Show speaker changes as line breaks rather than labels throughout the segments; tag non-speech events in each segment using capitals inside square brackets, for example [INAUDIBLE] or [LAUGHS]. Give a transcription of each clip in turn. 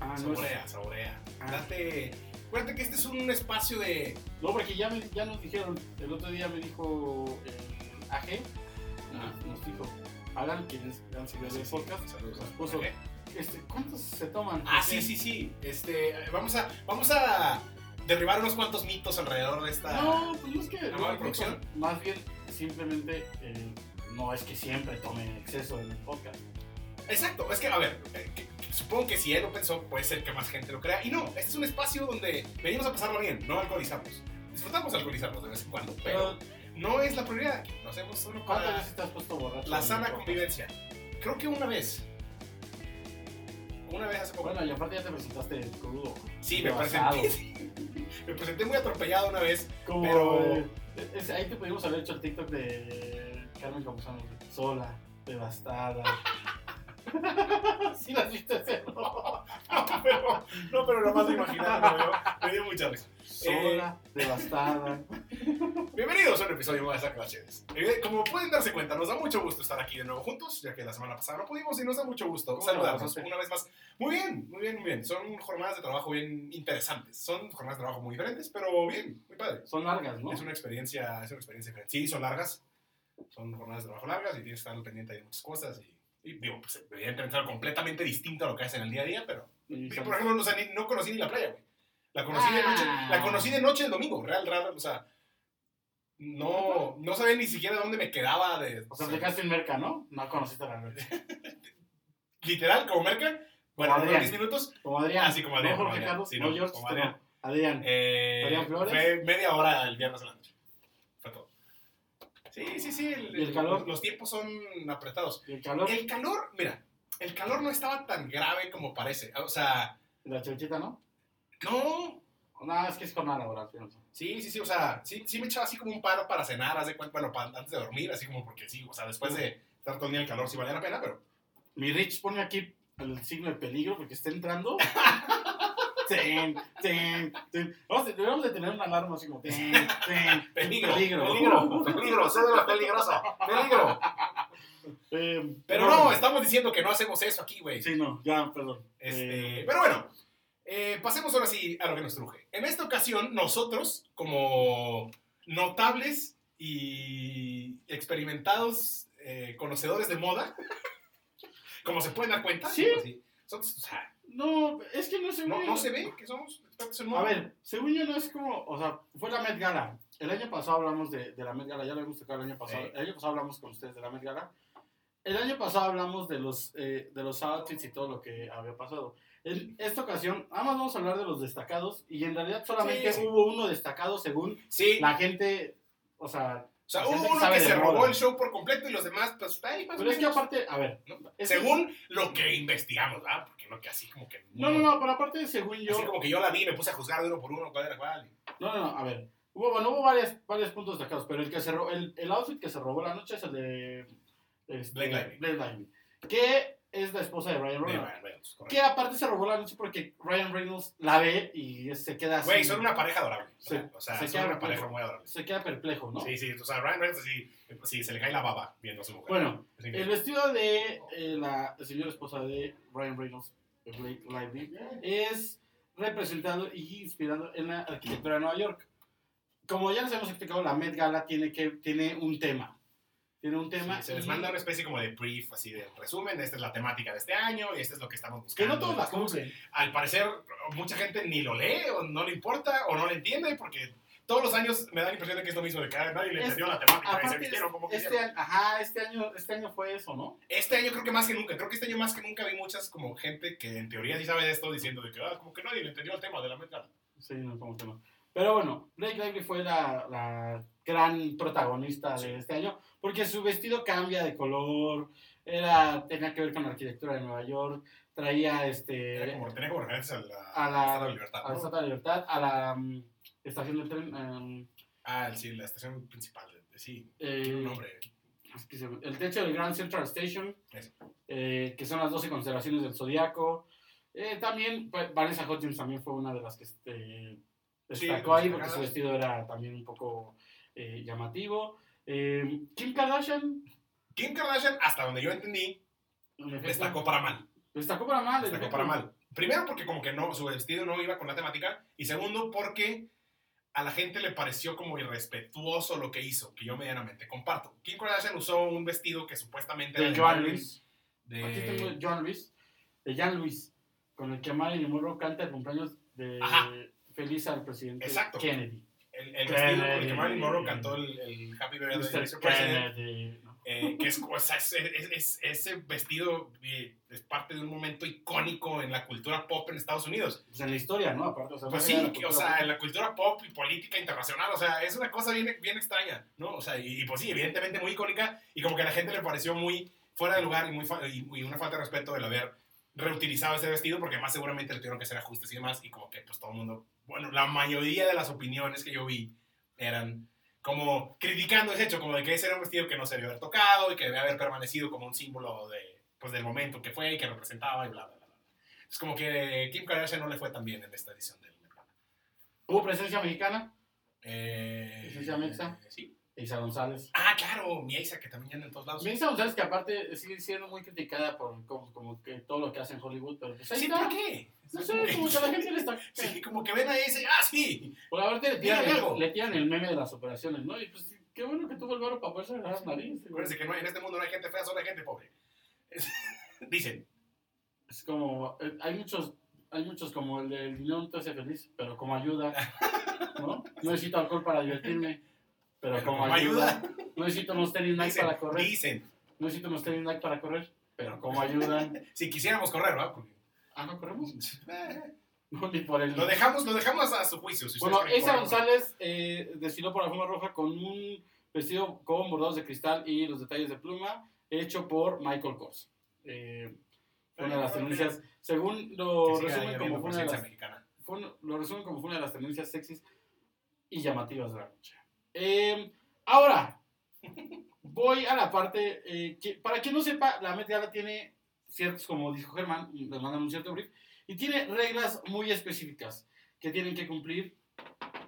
Ah,
Acuérdate que este es un espacio de.
No, porque ya, me, ya nos dijeron, el otro día me dijo el AG, nos- nos dijo, Alan, quienes han sido del podcast,
Pues, Saludos a-
Puso- este, ¿cuántos se toman?
Ah, sí, sí, sí. Este, vamos a, vamos a derribar unos cuantos mitos alrededor de esta.
No, pues no es que.
¿La mala producción?
Más bien, simplemente, eh, no es que siempre tomen en exceso en el podcast.
Exacto, es que, a ver, eh, que- que supongo que si él lo pensó, puede ser que más gente lo crea. Y no, este es un espacio donde venimos a pasarlo bien, no alcoholizamos. Disfrutamos de alcoholizarnos de vez en cuando, pero
Pero,
no es la prioridad aquí. Lo hacemos solo
¿cuántas
para
veces te has puesto borracho?
la
en el
sana
podcast?
convivencia. Creo que una vez. Una vez hace poco.
Bueno, y aparte ya te presentaste crudo.
Sí, me
Rebasado.
presenté, me presenté muy atropellado una vez. [LAUGHS]
Como,
Pero-
eh, es- ahí te pudimos haber hecho el TikTok de Carmen Campuzano, sola, devastada.
[LAUGHS]
sí, las viste hacer, ¿no?
No, pero, no, pero nomás de imaginarlo, me dio mucha risa.
[LAUGHS] Sola,
Eh.
devastada.
Bienvenidos a un episodio más de Sacas Cheves. Eh, Como pueden darse cuenta, nos da mucho gusto estar aquí de nuevo juntos, ya que la semana pasada no pudimos y nos da mucho gusto
¿Cómo la
saludarnos
pasaste?
una vez más. Muy bien, muy bien, muy bien. Son jornadas de trabajo bien interesantes. Son jornadas de trabajo muy diferentes, pero bien, muy padre.
Son largas, ¿no?
Es una experiencia, es una experiencia diferente. Sí, son largas. Son jornadas de trabajo largas y tienes que estar pendiente de muchas cosas y, y, digo, pues evidentemente es algo completamente distinto a lo que hacen el día a día, pero
Y
yo,
son-
por ejemplo, no, sa- no conocí ni la playa, güey. La conocí de noche,
Ah.
la conocí de noche el domingo, real, real, o sea, no, no sabía ni siquiera dónde me quedaba de,
O sea, te quedaste en Merca, ¿no? No conociste la verdad.
literal, como merca, bueno,
Adrián.
unos 10 minutos,
Como Adrián.
así Ah, como Adrián,
No,
como
Jorge
Adrián,
Carlos,
sí,
no,
no,
George,
como
este no.
Adrián.
Adrián.
eh,
Adrián Flores.
fue media hora el viernes en la noche, fue todo. Sí, sí, sí, el-
¿Y el calor?
los tiempos son apretados.
Y el calor,
El calor, mira, el calor no estaba tan grave como parece, o sea,
la chelchita, ¿no?
no,
No, es que es jornada laboral, fíjense.
Sí, sí, sí, o sea, sí, sí me echaba así como un paro para cenar, hace cuenta, bueno, para, antes de dormir, así como porque sí, o sea, después de estar todo el día en calor sí valía la pena, pero
Mi Rich pone aquí el signo de peligro porque está
[LAUGHS]
entrando. ten, ten, ten. Vamos, debemos de tener una alarma así como ten, ten,
peligro,
peligro.
peligro, peligro, peligro, cédula peligrosa, peligro.
Eh,
Pero no, estamos diciendo que no hacemos eso aquí, güey.
Sí, no, ya, perdón.
Este,
Eh,
pero bueno, eh, pasemos ahora sí a lo que nos truje. En esta ocasión, nosotros, como notables y experimentados eh, conocedores de moda, [LAUGHS] como se pueden dar cuenta,
Sí.
así, nosotros, o sea,
no, es que no se
No,
ve.
no se ve que somos expertos en moda.
A ver, según yo no es como, o sea, fue la Met Gala. El año pasado hablamos de, de la Met Gala, ya lo habíamos tocado el año pasado.
Sí.
El año pasado hablamos con ustedes de la Met Gala. El año pasado hablamos de los, eh, de los outfits y todo lo que había pasado. En esta ocasión, nada más vamos a hablar de los destacados y en realidad solamente
Sí, sí.
hubo uno destacado según
sí,
la gente, o sea,
o sea,
la gente
hubo
que
uno
sabe
que
de
se robó
moda.
el show por completo y los demás, pues, está ahí más
pero
o
es que
menos,
aparte, a ver,
¿no?
es que-
Según lo que investigamos, ¿verdad? Porque no que así como que...
no, no, no, pero aparte según yo,
Así como que yo la vi y me puse a juzgar de uno por uno cuál era cuál.
No, no, no, a ver. Hubo, bueno, hubo varias, varios puntos destacados, pero el, que se ro- el, el outfit que se robó la noche es el de este,
Blake Lively.
Lively, que es la esposa de Ryan
De
Reynolds.
Ryan Reynolds, pues, correcto.
que aparte se robó la noche porque Ryan Reynolds la ve y es- se queda así.
Güey, son una pareja adorable.
Ah, Sí.
O sea,
Se
son
queda
una pareja
perplejo.
muy adorable.
Se queda perplejo, ¿no?
Sí, sí, o sea, Ryan Reynolds así, sí, se le cae la baba viendo a su mujer.
Bueno,
Es
el
increíble.
vestido de eh, la señora esposa de Ryan Reynolds, de Blake Lively, es representado y inspirado en la arquitectura de Nueva York. Como ya les hemos explicado, la Met Gala tiene, que, tiene un tema. Tiene un tema.
Sí, se les
y-
manda una especie como de brief, así de resumen, esta es la temática de este año y esta es lo que estamos
Que
buscando.
no todos la cumplen.
al parecer mucha gente ni lo lee o no le importa o no le entiende porque todos los años me da la impresión de que es lo mismo de que ah, nadie le
Es-
entendió la temática y se
Aparte,
vistieron como
este,
quisieron.
año- ajá, este, año, este año fue eso, ¿no?
Este año creo que más que nunca, creo que este año más que nunca vi muchas como gente que en teoría sí sabe de esto diciendo de que ah, como que nadie le entendió el tema de la meta.
Sí, no como tema. Pero bueno, Blake Lively fue la, la gran protagonista
Sí.
de este año, porque su vestido cambia de color, era, tenía que ver con la arquitectura de Nueva York, traía
Era
este
como, tenía como referencias a la,
a la-
Estatua de Libertad.
a la
¿no?
Estatua de la Libertad, a la mm, estación del tren, em,
Ah, sí, la estación principal, de- sí, tiene un
eh,
nombre.
es que se- el techo del Grand Central Station,
Eso.
eh, que son las 12 constelaciones del Zodíaco. Eh, también pues, Vanessa Hudgens también fue una de las que este,
Sí,
destacó ahí
destacadas.
porque su vestido era también un poco eh, llamativo. Eh, Kim Kardashian
Kim Kardashian, hasta donde yo entendí,
en efecto,
destacó para mal.
destacó para mal. en
Destacó
efecto.
para mal. Primero porque como que no, su vestido no iba con la temática. Y segundo porque a la gente le pareció como irrespetuoso lo que hizo, que yo medianamente comparto. Kim Kardashian usó un vestido que supuestamente
De
de
Joan
Marlon,
Luis.
de-
Aquí tengo John Luis, de Jan Luis, con el que Marilyn Monroe canta el cumpleaños de
Ajá.
Feliz al presidente
Exacto.
Kennedy.
el, el vestido con el que
Kennedy.
Marilyn Monroe cantó el, el Happy Birthday
Mr.
Mr. President.
Kennedy, ¿no?
eh, que es, o sea, es- es- es- ese vestido eh, es parte de un momento icónico en la cultura pop en Estados Unidos.
Pues en la historia, ¿no? Aparte, o sea,
Pues
más allá de
sí,
la
que, o
cultura
sea, en la cultura pop y política internacional, o sea, es una cosa bien, bien extraña, ¿no? O sea, y, y pues sí, evidentemente muy icónica y como que a la gente le pareció muy fuera de lugar y, muy fa- y, y una falta de respeto el haber reutilizado ese vestido porque más seguramente le tuvieron que hacer ajustes y demás y como que pues todo el mundo, bueno, la mayoría de las opiniones que yo vi eran como criticando ese hecho, como de que ese era un vestido que no se debió haber tocado y que debía haber permanecido como un símbolo de, pues, del momento que fue y que representaba y bla, bla, bla. bla. Es como que eh, Kim Kardashian no le fue tan bien en esta edición del
Hubo presencia mexicana,
eh,
¿Licencia Mexa?
eh, Sí.
Isa González.
Ah, claro, mi Isa, que también anda en todos lados.
Isa González, que aparte sigue siendo muy criticada por como, como que todo lo que hace en Hollywood, pero pues ahí
Sí,
está.
¿por qué?
No [LAUGHS]
O sea, como que-
sé, como que a la gente le está.
[LAUGHS] Sí, como que ven ahí y dicen, ah, sí.
Por ahorita le tiran,
Dígame algo.
el, le tiran el meme de las operaciones, ¿no? Y pues sí, qué bueno que tuvo el barro para poderse agarrar las narices. güey.
Acuérdense que no hay- en este mundo no hay gente fea, solo hay gente pobre. [LAUGHS] dicen.
Es como, eh, hay muchos, hay muchos como el del dinero no te hace feliz, pero como ayuda, ¿no? [LAUGHS] No necesito alcohol para divertirme, pero, como, ayuda. No necesito unos tenis Nike
Dicen,
para correr,
dicen.
no necesito unos tenis Nike para correr, pero como ayudan.
Si quisiéramos correr, ¿verdad? Porque-
[LAUGHS] Ah, no corremos.
Eh,
No, ni por
[LAUGHS]
el...
Lo dejamos, lo dejamos a su juicio. si
Bueno,
ustedes
Isa
quieren correr,
González eh, desfiló por la Fuma Roja con un vestido con bordados de cristal y los detalles de pluma hecho por Michael Kors. Eh, fue una de las tendencias, según lo
corren. Que siga ahí
resumen
habiendo
como fue una de
presencia
las,
mexicana.
fue un- lo resumen como fue una de las tendencias sexys y llamativas de la noche. Eh, ahora, voy a la parte, eh, que, para quien no sepa, la Met Gala tiene ciertos, como dijo Germán, les mandan un cierto brief, y tiene reglas muy específicas que tienen que cumplir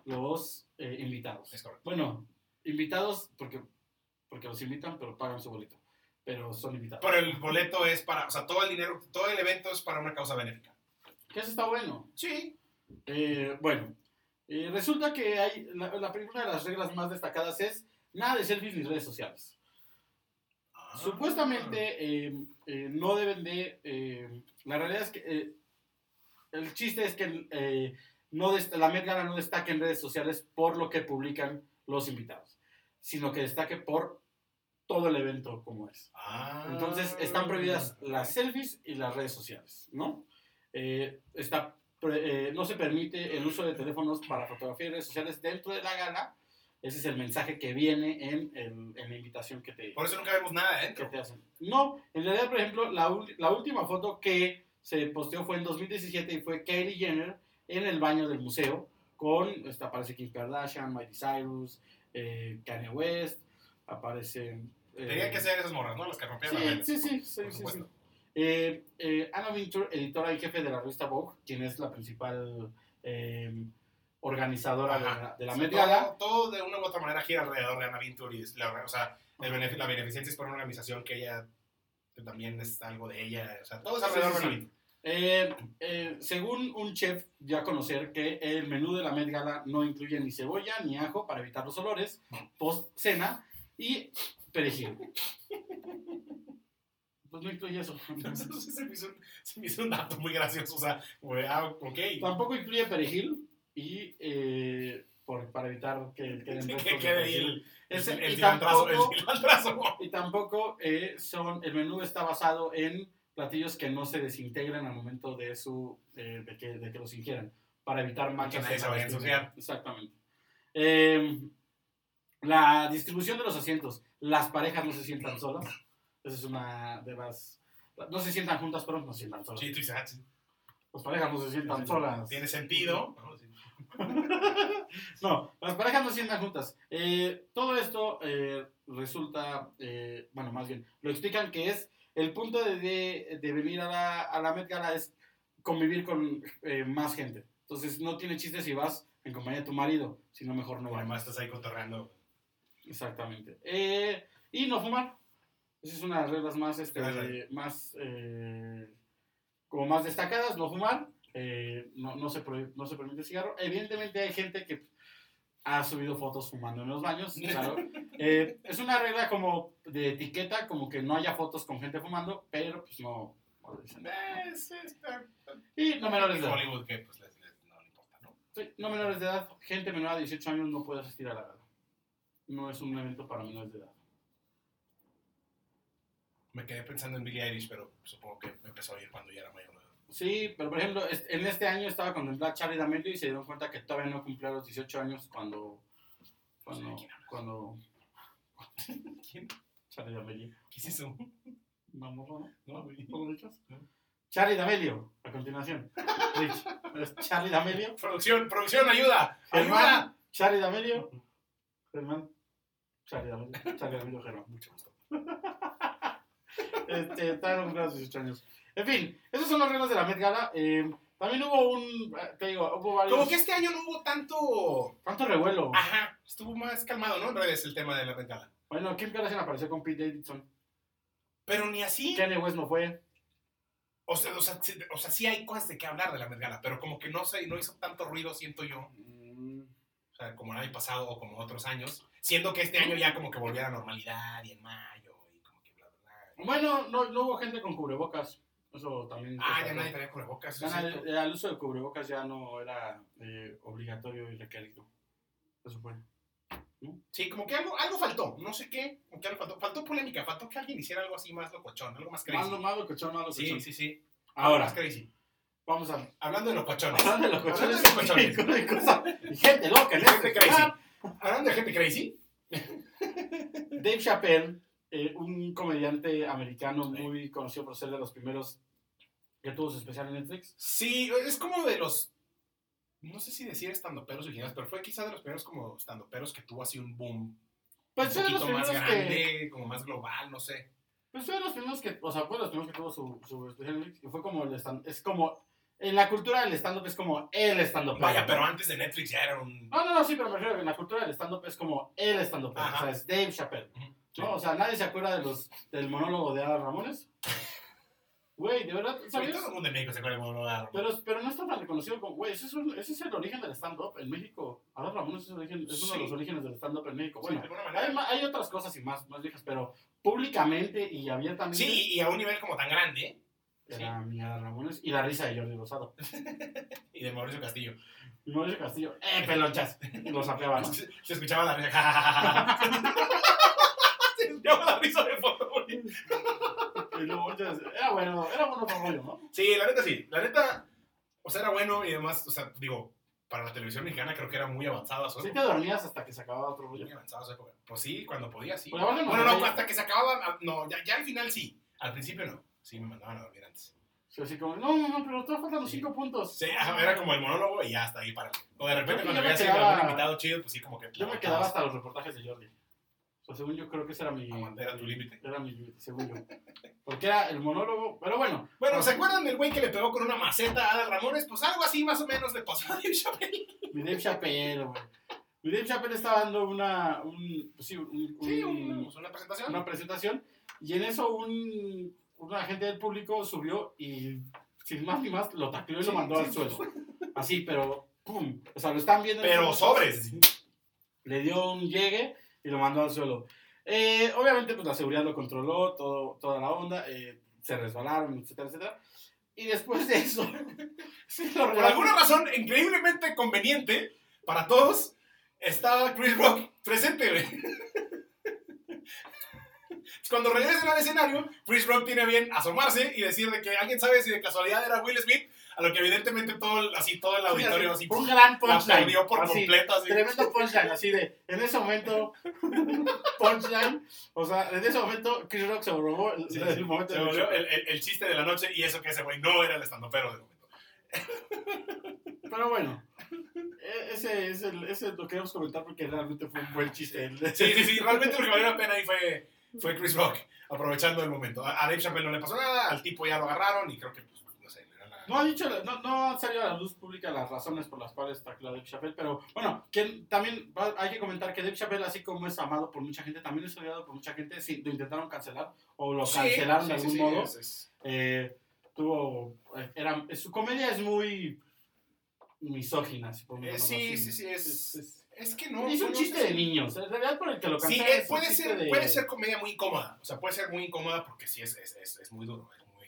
los eh, invitados.
Es correcto.
Bueno, invitados porque, porque los invitan, pero pagan su boleto, pero son invitados.
Pero el boleto es para, o sea, todo el dinero, todo el evento es para una causa benéfica.
Que eso está bueno.
Sí.
Eh, bueno, eh, resulta que hay la, la prim- una de las reglas más destacadas es nada de selfies ni redes sociales.
Ah.
Supuestamente eh, eh, no deben de... eh, la realidad es que eh, el chiste es que eh, no dest- la Met Gala no destaque en redes sociales por lo que publican los invitados, sino que destaque por todo el evento como es.
Ah.
Entonces están prohibidas las selfies y las redes sociales, ¿no? Eh, está, pre- eh, no se permite el uso de teléfonos para fotografía y redes sociales dentro de la gala. Ese es el mensaje que viene en, el- en la invitación que te,
Por eso nunca vemos nada ¿eh?
que
adentro.
te hacen. No, en realidad, por ejemplo, la, ul- la última foto que se posteó fue en 2017 y fue Kylie Jenner en el baño del museo con, está, aparece Kim Kardashian, Miley Cyrus, eh, Kanye West, aparecen... eh,
Tenían que ser esas morras, ¿no? Las que rompían las
Sí,
reglas.
sí, sí, sí,
por
sí, sí.
supuesto.
Eh, eh, Anna Wintour, editora y jefe de la revista Vogue, quien es la principal eh, organizadora de la, de la
O sea,
Met
todo-
Gala.
Todo de una u otra manera gira alrededor de Ana Vintour y es la, o sea, el benefi- la beneficencia es por una organización que ella que también es algo de ella. O sea, todo es
Sí,
alrededor
sí,
de
sí.
Ana Vintour.
Eh, eh, según un chef, ya conocer que el menú de la Met Gala no incluye ni cebolla ni ajo para evitar los olores, post cena y perejil. Pues no incluye [LAUGHS] eso.
[LAUGHS] Entonces, se, me hizo un, se me hizo un dato muy gracioso. O sea, como de, ah, ok.
Tampoco incluye perejil y eh, por- para evitar [LAUGHS] que queden restos
Que
de
quede ahí
perejil.
el,
Ese-
el
pues, y
cilantrazo. El
tampoco-
cilantrazo.
Y tampoco eh, son, el menú está basado en platillos que no se desintegran al momento de su eh, de, que, de que los ingieran, para evitar manchas.
nadie
en la
se vaya a
vestimenta.
ensuciar.
Exactamente. Eh, la distribución de los asientos. Las parejas no se sientan solas. Esa es una de las... No se sientan juntas, pero no se sientan solas.
Sí, tú dices, ah, sí,
Las parejas no se sientan solas.
Tiene sentido. ¿no? Sí.
No, las parejas no se sientan juntas. Eh, todo esto eh, resulta, eh, bueno, más bien, lo explican que es el punto de, de- de venir a la, a la Met Gala es convivir con eh, más gente. Entonces, no tiene chiste si vas en compañía de tu marido, sino mejor no
Como
vayas.
además estás ahí cotorreando.
Exactamente. Eh, y no fumar. Esa es una de las reglas más, este,
Claro.
más eh, como más destacadas, no fumar, eh, no, no, se prohí- no se permite cigarro. Evidentemente hay gente que ha subido fotos fumando en los baños, claro. Eh, es una regla como de etiqueta, como que no haya fotos con gente fumando, pero pues no. no lo dicen.
Es, es-
Y no menores de edad.
Hollywood que pues les, les- no le importa, ¿no?
Sí, no menores de edad, gente menor a 18 años no puede asistir a la gala. No es un evento para menores de edad.
Me quedé pensando en Billie Eilish, pero supongo que me empezó a ir cuando ya era mayor. de edad.
Sí, pero por ejemplo, est- en este año estaba contemplada Charlie D'Amelio y se dieron cuenta que todavía no cumplía los 18 años cuando.
No sé
Cuando.
Pues, de quién hablas.
cuando
¿Quién?
Charlie D'Amelio.
¿Qué es eso? [LAUGHS]
Vamos, ¿no?
No, güey.
¿Cómo lo dices?
No.
Charlie D'Amelio, a continuación. Rich, es Charlie D'Amelio,
Producción, producción, ayuda. Ayuda.
Germán, Charlie D'Amelio, Germán, Charlie D'Amelio, Charlie D'Amelio, Germán.
Mucho gusto.
Este, estaban acostumbrados a 18 años. En fin, esas son las reglas de la Met Gala. Eh, también hubo un, eh, te digo, hubo varios.
Como que este año no hubo tanto.
¿Cuánto revuelo?
Ajá, estuvo más calmado, ¿no? En redes el tema de la ventana.
Bueno, Kim Kardashian apareció con Pete Davidson.
Pero ni así.
Kanye West no fue.
O sea, o, sea, sí- o sea, sí hay cosas de qué hablar de la Mergala, pero como que no sé, no hizo tanto ruido, siento yo,
Mm,
o sea, como el año pasado o como otros años, siendo que este año ya como que volvió a la normalidad y en mayo y como que bla, bla, bla.
Bueno, no, no hubo gente con cubrebocas. Eso también.
Ah, ya
destacó.
nadie traía cubrebocas. eso
Ya
es
nadie-
cierto.
ya el uso de cubrebocas ya no era eh, obligatorio y requerido. Eso fue.
Sí, como que algo, algo faltó, no sé qué, como que algo faltó. Faltó polémica, faltó que alguien hiciera algo así más locochón, algo más crazy.
Malo, malo, cochón, malo,
sí,
cochón.
sí, sí. Algo
Ahora,
Más crazy.
vamos a
Hablando de locochones.
hablar de los
Hablando
cochones.
de cochones.
y cosas- y gente loca, ¿no?
Gente
[LAUGHS]
crazy. Hablando de gente crazy.
Dave Chappelle, eh, un comediante americano muy conocido por ser de los primeros que tuvo su especial en Netflix.
Sí, es como de los. No sé si decir estandoperos originales, pero fue quizá de los primeros como estandoperos que tuvo así un boom.
Pues
un
fue de los
poquito más
primeros que.
grande, como más global, no sé.
Pues fue de los primeros que. O sea, fue de los primeros que tuvo su, su especial en Netflix. Y fue como el stand Es como. En la cultura del stand-up es como el stand-up.
Vaya, pero antes de Netflix ya era un.
No, no, no, sí, pero me refiero a que en la cultura del stand-up es como el stand-up.
Ajá.
O sea, es Dave Chappelle.
Ujú, sí.
¿no? O sea, nadie se acuerda de los, del monólogo de Adam
[LAUGHS]
Ramones. Güey, de verdad,
Sobre
¿sabías?
todo el mundo en México se acuerda de Mono Dar.
Pero, pero no está tan reconocido como, güey, ese, es un- ese es el origen del stand-up en México. Ahora Ramón es, el origen- es
Sí.
uno de los orígenes del stand-up en México.
Sí, de
Bueno,
alguna
hay,
manera.
ma- hay otras cosas y más, más viejas, pero públicamente y abiertamente
Sí, y a un nivel como tan grande.
era mi Adal Ramones y la risa de Jordi Rosado.
Y de Mauricio Castillo.
Y Mauricio Castillo, ¡eh, pelonchas! Y Los sapeaba, ¿no?
[LAUGHS] Se, se escuchaba la risa. [LAUGHS] se escuchaba la risa de fondo. güey.
[LAUGHS] Y luego, muchas- Era bueno, era bueno para rollo, ¿no?
Sí, la neta sí. La neta, o sea, era bueno y además, o sea, digo, para la televisión mexicana creo que era muy avanzada su
Sí
época.
te dormías hasta que se acababa otro rollo.
Muy avanzada su época. Pues sí, cuando podía, sí.
Pues la verdad, no,
Bueno, no,
güey.
hasta que se acababa. ah, No, ya, ya al final sí. Al principio no. Sí, me mandaban a dormir antes.
Sí, así como, no, no, no, pero todavía faltan los
Sí.
cinco puntos.
Sí, ajá, era como el monólogo y ya hasta ahí para. O de repente
Yo
cuando
me
había sido
quedaba-
algún invitado chido, pues sí, como que.
Yo me quedaba hasta los reportajes de Jordi. O sea, según yo creo que ese era mi...
Aguante, Era tu límite.
Era mi límite, según yo. Porque era el monólogo, pero bueno.
Bueno, ¿se acuerdan del güey que le pegó con una maceta a Adal Ramones? Pues algo así más o menos le pasó [LAUGHS] a Dave Chappelle.
Mi Dave Chappelle, güey. Mi Dave Chappelle estaba dando una, un, pues sí, un-
Sí,
un-
un- una presentación.
una presentación y en eso un, un agente del público subió y sin más ni más lo tacleó y
Sí,
lo mandó
sí.
al suelo. Así, pero ¡pum! O sea, lo están viendo. en
Pero
el-
sobres.
le dio un llegue y lo mandó al suelo. Eh, obviamente, pues la seguridad lo controló, todo, toda la onda, eh, se resbalaron, etcétera, etcétera. Y después de eso, [LAUGHS] sí, lo
Por alguna razón increíblemente conveniente para todos, estaba Chris Rock presente. güey. [LAUGHS] Cuando regresen al escenario, Chris Rock tiene bien asomarse y decir de que alguien sabe si de casualidad era Will Smith, a lo que evidentemente todo el, así, todo el auditorio así, [LAUGHS]
un gran
la
punchline.
aplaudió por
así,
completo. así.
Tremendo punchline, así de, en ese momento, punchline, o sea, en ese momento Chris Rock se robó el,
Sí, sí,
el momento
se
del
volvió
show.
el, el- el chiste de la noche y eso que ese güey no era el estandopero de momento.
Pero bueno, e- ese es, el, ese es lo que queremos comentar porque realmente fue un buen chiste. el-
Sí, sí, sí, realmente lo que valió la pena ahí fue, fue Chris Rock, aprovechando el momento. A, a Dave Chappelle no le pasó nada, al tipo ya lo agarraron y creo que, pues, no sé, era la...
No ha dicho, no, no han salido a la luz pública las razones por las cuales está claro Dave Chappelle, pero bueno, que también va- hay que comentar que Dave Chappelle, así como es amado por mucha gente, también es odiado por mucha gente, sí, lo intentaron cancelar o lo
Sí,
cancelaron
sí,
de
sí,
algún
sí,
modo.
es- es-
Eh, tuvo. Era, su comedia es muy misógina, si podemos
Eh,
llamarlo
sí,
así.
sí, sí, es,
es,
es que no.
es un
no
chiste
sé.
de niños. En realidad, por el que lo canta
Sí, eh,
es un
puede,
chiste
ser,
de-
puede ser comedia muy incómoda. O sea, puede ser muy incómoda porque sí es, es, es, es muy duro. Es muy.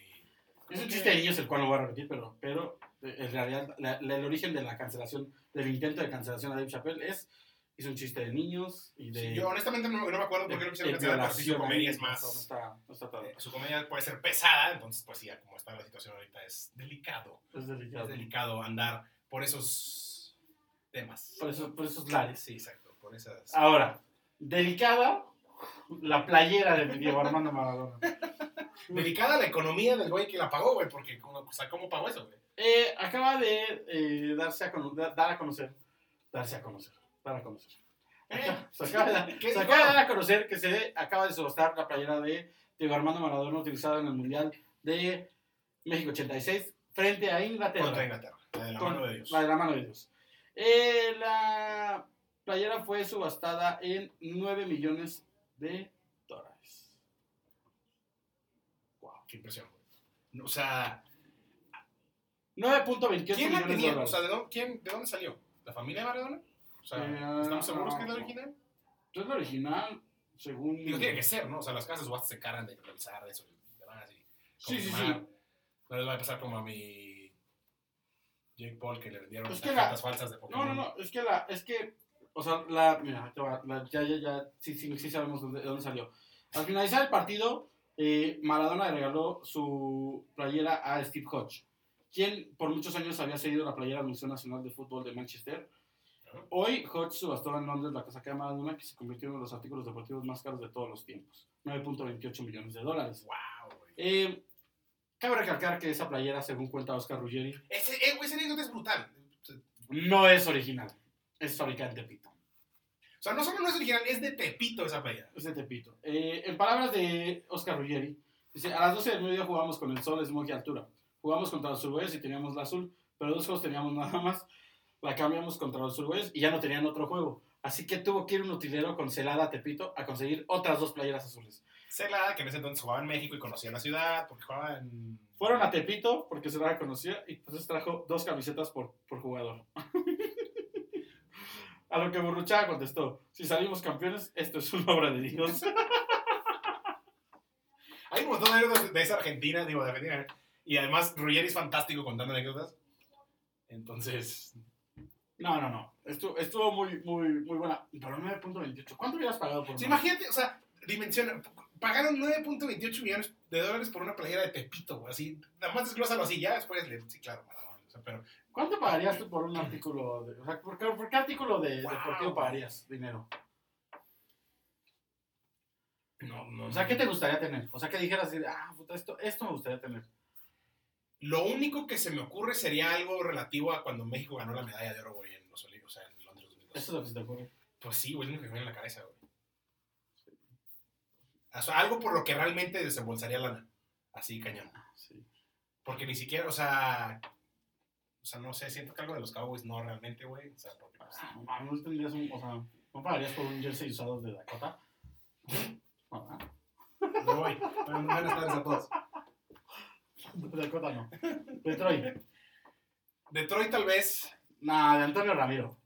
Es un chiste de niños, el cual no voy a repetir, pero, pero eh, en realidad la- la- el origen de la cancelación, del intento de cancelación a Dave Chappelle es, es un chiste de niños y de...
Sí, yo honestamente no, no me acuerdo
de-
por qué lo
de
quisieron cancelar, pero sí su
violación
comedia
ahí,
es
No
más.
está, no está tan...
eh, Su comedia puede ser pesada, entonces, pues sí, ya como está la situación ahorita, es delicado.
Es delicado.
Es delicado andar por esos temas.
Por, eso, por esos lares. Ah,
Sí, exacto, por esas.
Ahora, delicada la playera de Diego Armando Maradona.
Dedicada a la economía del güey que la pagó, güey, porque, como- o sea, ¿cómo pagó eso,
[LAUGHS]
güey?
Eh, acaba de eh, darse a cono- da- dar a conocer. Darse a conocer. Dar a conocer.
Eh,
Se acaba de
[LAUGHS]
dar,
¿Qué
se
dijo?
acaba de dar a conocer que se acaba de subastar la playera de Diego Armando Maradona utilizada en el Mundial de México 86 frente a Inglaterra.
Contra Inglaterra, la de la mano de Dios.
La de la mano de Dios. Eh, la playera fue subastada en 9 millones de dólares.
Qué impresión, güey. O sea,
9.28
¿quién la
millones de
tenía? O
dólares.
sea, ¿de dónde, quién, ¿de dónde salió? ¿La familia de Maradona? O sea,
Eh,
¿estamos seguros que es la
no.
original?
Entonces la original, según...
Digo, tiene que ser, ¿no? O sea, las casas subastas se cargan de revisar eso y demás. Y
Sí, sí,
confirmar.
sí.
No les va a pasar como a mi Jake Paul que le vendieron
Es
las
que la-
cartas falsas de
No,
Pokémon.
no, no, es que la, es que, o sea, la, mira, te va, la- ya, ya, ya, sí, sí, sí sabemos dónde, de dónde salió. Al finalizar el partido, eh, Maradona le regaló su playera a Steve Hodge, quien por muchos años había cedido la playera al Museo Nacional de Fútbol de Manchester.
Ajá.
Hoy, Hodge subastó en Londres la casaca de Maradona, que se convirtió en uno de los artículos deportivos más caros de todos los tiempos, 9.28 millones de dólares.
Wow, Ah, güey.
Eh, cabe recalcar que esa playera, según cuenta Oscar Ruggeri,
Ese, eh, güey, ese anécdota es brutal. O
no es original, es fabricante Pito.
sea, no solo no es original, es de Tepito esa playa.
Es de Tepito. Eh, en palabras de Oscar Ruggeri, dice, a las 12 del mediodía jugamos con el sol, es y altura. Jugamos contra los uruguayos y teníamos la azul, pero dos juegos teníamos nada más. La cambiamos contra los uruguayos y ya no tenían otro juego. Así que tuvo que ir un utilero con celada a Tepito a conseguir otras dos playeras azules.
Celada, que en ese entonces jugaba en México y conocía la ciudad, porque jugaba en...
Fueron a Tepito porque se la conocía y entonces trajo dos camisetas por, por jugador. [LAUGHS] a lo que Burruchaga contestó, si salimos campeones, esto es una obra de Dios.
Hay un montón de anécdotas de esa Argentina, digo, de Argentina. Y además, Ruggeri es fantástico contando anécdotas. Entonces,
No, no, no. Estuvo, estuvo muy, muy, muy buena. Pero 9.28. ¿Cuánto hubieras pagado por
sí,
una?
imagínate, o sea, dimensiona. Pagaron 9.28 millones de dólares por una playera de Tepito, güey, así. Nada más desglósalo así, ya después le. Sí, claro, Maradona, o sea, pero.
¿Cuánto pagarías tú por un artículo? De, o sea, ¿por qué, por qué artículo de
Wow.
deportivo pagarías dinero?
No, no.
O sea, ¿qué te gustaría tener? O sea, que dijeras, así de, ah, puta, esto, esto me gustaría tener.
Lo único que se me ocurre sería algo relativo a cuando México ganó la medalla de oro, güey, en los Olímpicos, o sea, en Londres 2012.
Eso es lo que se te ocurre.
Pues sí, güey, es lo único que me viene en la cabeza, güey. O sea, algo por lo que realmente desembolsaría lana. Así, cañón.
Sí.
Porque ni siquiera, o sea. O sea, no sé, siento que algo de los Cowboys no realmente, güey. O sea, porque. pues,
Ah, no mames, no tendrías un, o sea, ¿no pagarías por un jersey usado de Dakota? No, ¿verdad?
me voy. Bueno, buenas tardes a todos.
De Dakota no. De Troy.
Detroit, tal vez.
Nah, de Antonio Ramiro.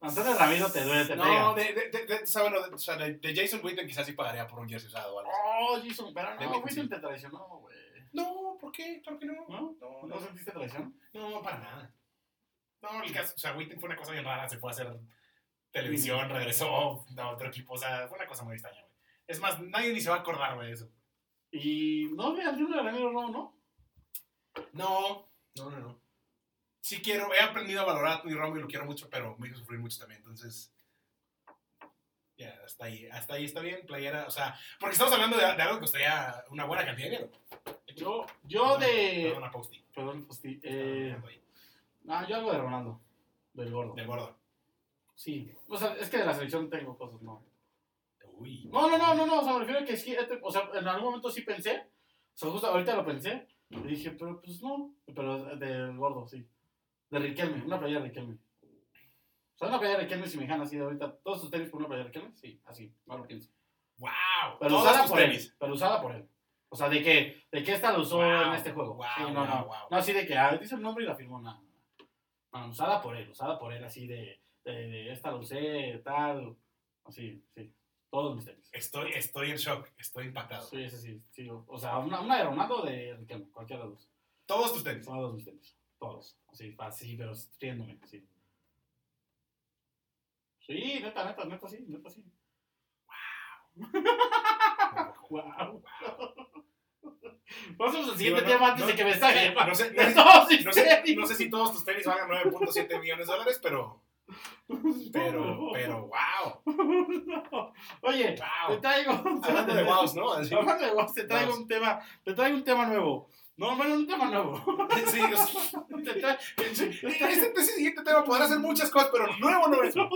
Antonio Ramiro te duele, te pega.
No, de, de, de, de- o sea, bueno, de, o sea, de, de Jason Witten quizás sí pagaría por un jersey usado o algo así.
Oh, Jason, pero
De
no,
Whitney.
Whitney te traicionó, güey.
No, ¿por qué? Claro que no.
¿No?
No,
¿No
no,
sentiste traición?
no, para nada. No, el caso, o sea, Witten fue una cosa bien rara. Se fue a hacer televisión, regresó a otro equipo. O sea, fue una cosa muy extraña, güey. Es más, nadie ni se va a acordar, güey, de eso.
Y no, mira, Antonio Ramiro no, ¿no?
No, no, no, no. Sí quiero, he aprendido a valorar a Tony Romo y lo quiero mucho, pero me hizo sufrir mucho también, entonces... Ya, hasta ahí, hasta ahí está bien, playera, o sea... Porque estamos hablando de, de algo que costaría una buena cantidad de dinero.
Yo, yo de.
Perdón, a Posty.
Perdón, hosti, eh.
Perdón, ahí,
No, yo algo de Ronaldo. Del gordo.
Del gordo.
Sí. O sea, es que de la selección tengo cosas, no.
Uy.
No, no, no, no, no. O sea, me refiero a que es que. este- O sea, en algún momento sí pensé. O sea, justo ahorita lo pensé. Y dije, pero pues no. Pero del gordo, sí. De Riquelme, una playera de Riquelme. O sea, una playera de Riquelme, si me dejan así de ahorita. Todos sus tenis por una playera de Riquelme, sí, así, no lo pienso.
¡Wow!
Pero
Todas
usada
tus
por
tenis.
él. Pero usada por él. O sea, de que, de que esta la usó
Wow,
en este juego.
wow,
sí, no,
wow,
no.
wow.
No, así de que ah, dice el nombre y la firmó nada. Bueno, usada por él, usada por él, así de, de, de esta la usé, tal. Así, sí. Todos mis tenis.
Estoy, estoy en shock, estoy impactado.
Sí, sí, sí. sí. O sea, una, una de Ronaldo o de Riquelme, cualquiera de los dos.
Todos tus tenis.
Todos mis tenis. Todos. Así, así, pero riéndome, sí. Sí, neta, neta, neta, sí, neta, sí. [LAUGHS] Wow. Pasamos al siguiente
Digo, no,
tema antes
no,
de que me saquen.
No sé,
[LAUGHS]
no sé-
No, sí,
no
sí.
sé- no sé si todos tus tenis valgan 9.7 millones de dólares, pero, pero, pero, wow.
Oye, te
wow.
traigo.
Hablando [LAUGHS] de wows, ¿no? Así-
[LAUGHS] Hablando de wows, te traigo
Wows.
un tema. Te traigo un tema nuevo. No, bueno, un tema nuevo. [LAUGHS]
Sí, o sea,
Te
[LAUGHS]
tra-
Este, este siguiente tema podrá hacer muchas cosas, pero nuevo no es.
[LAUGHS] No,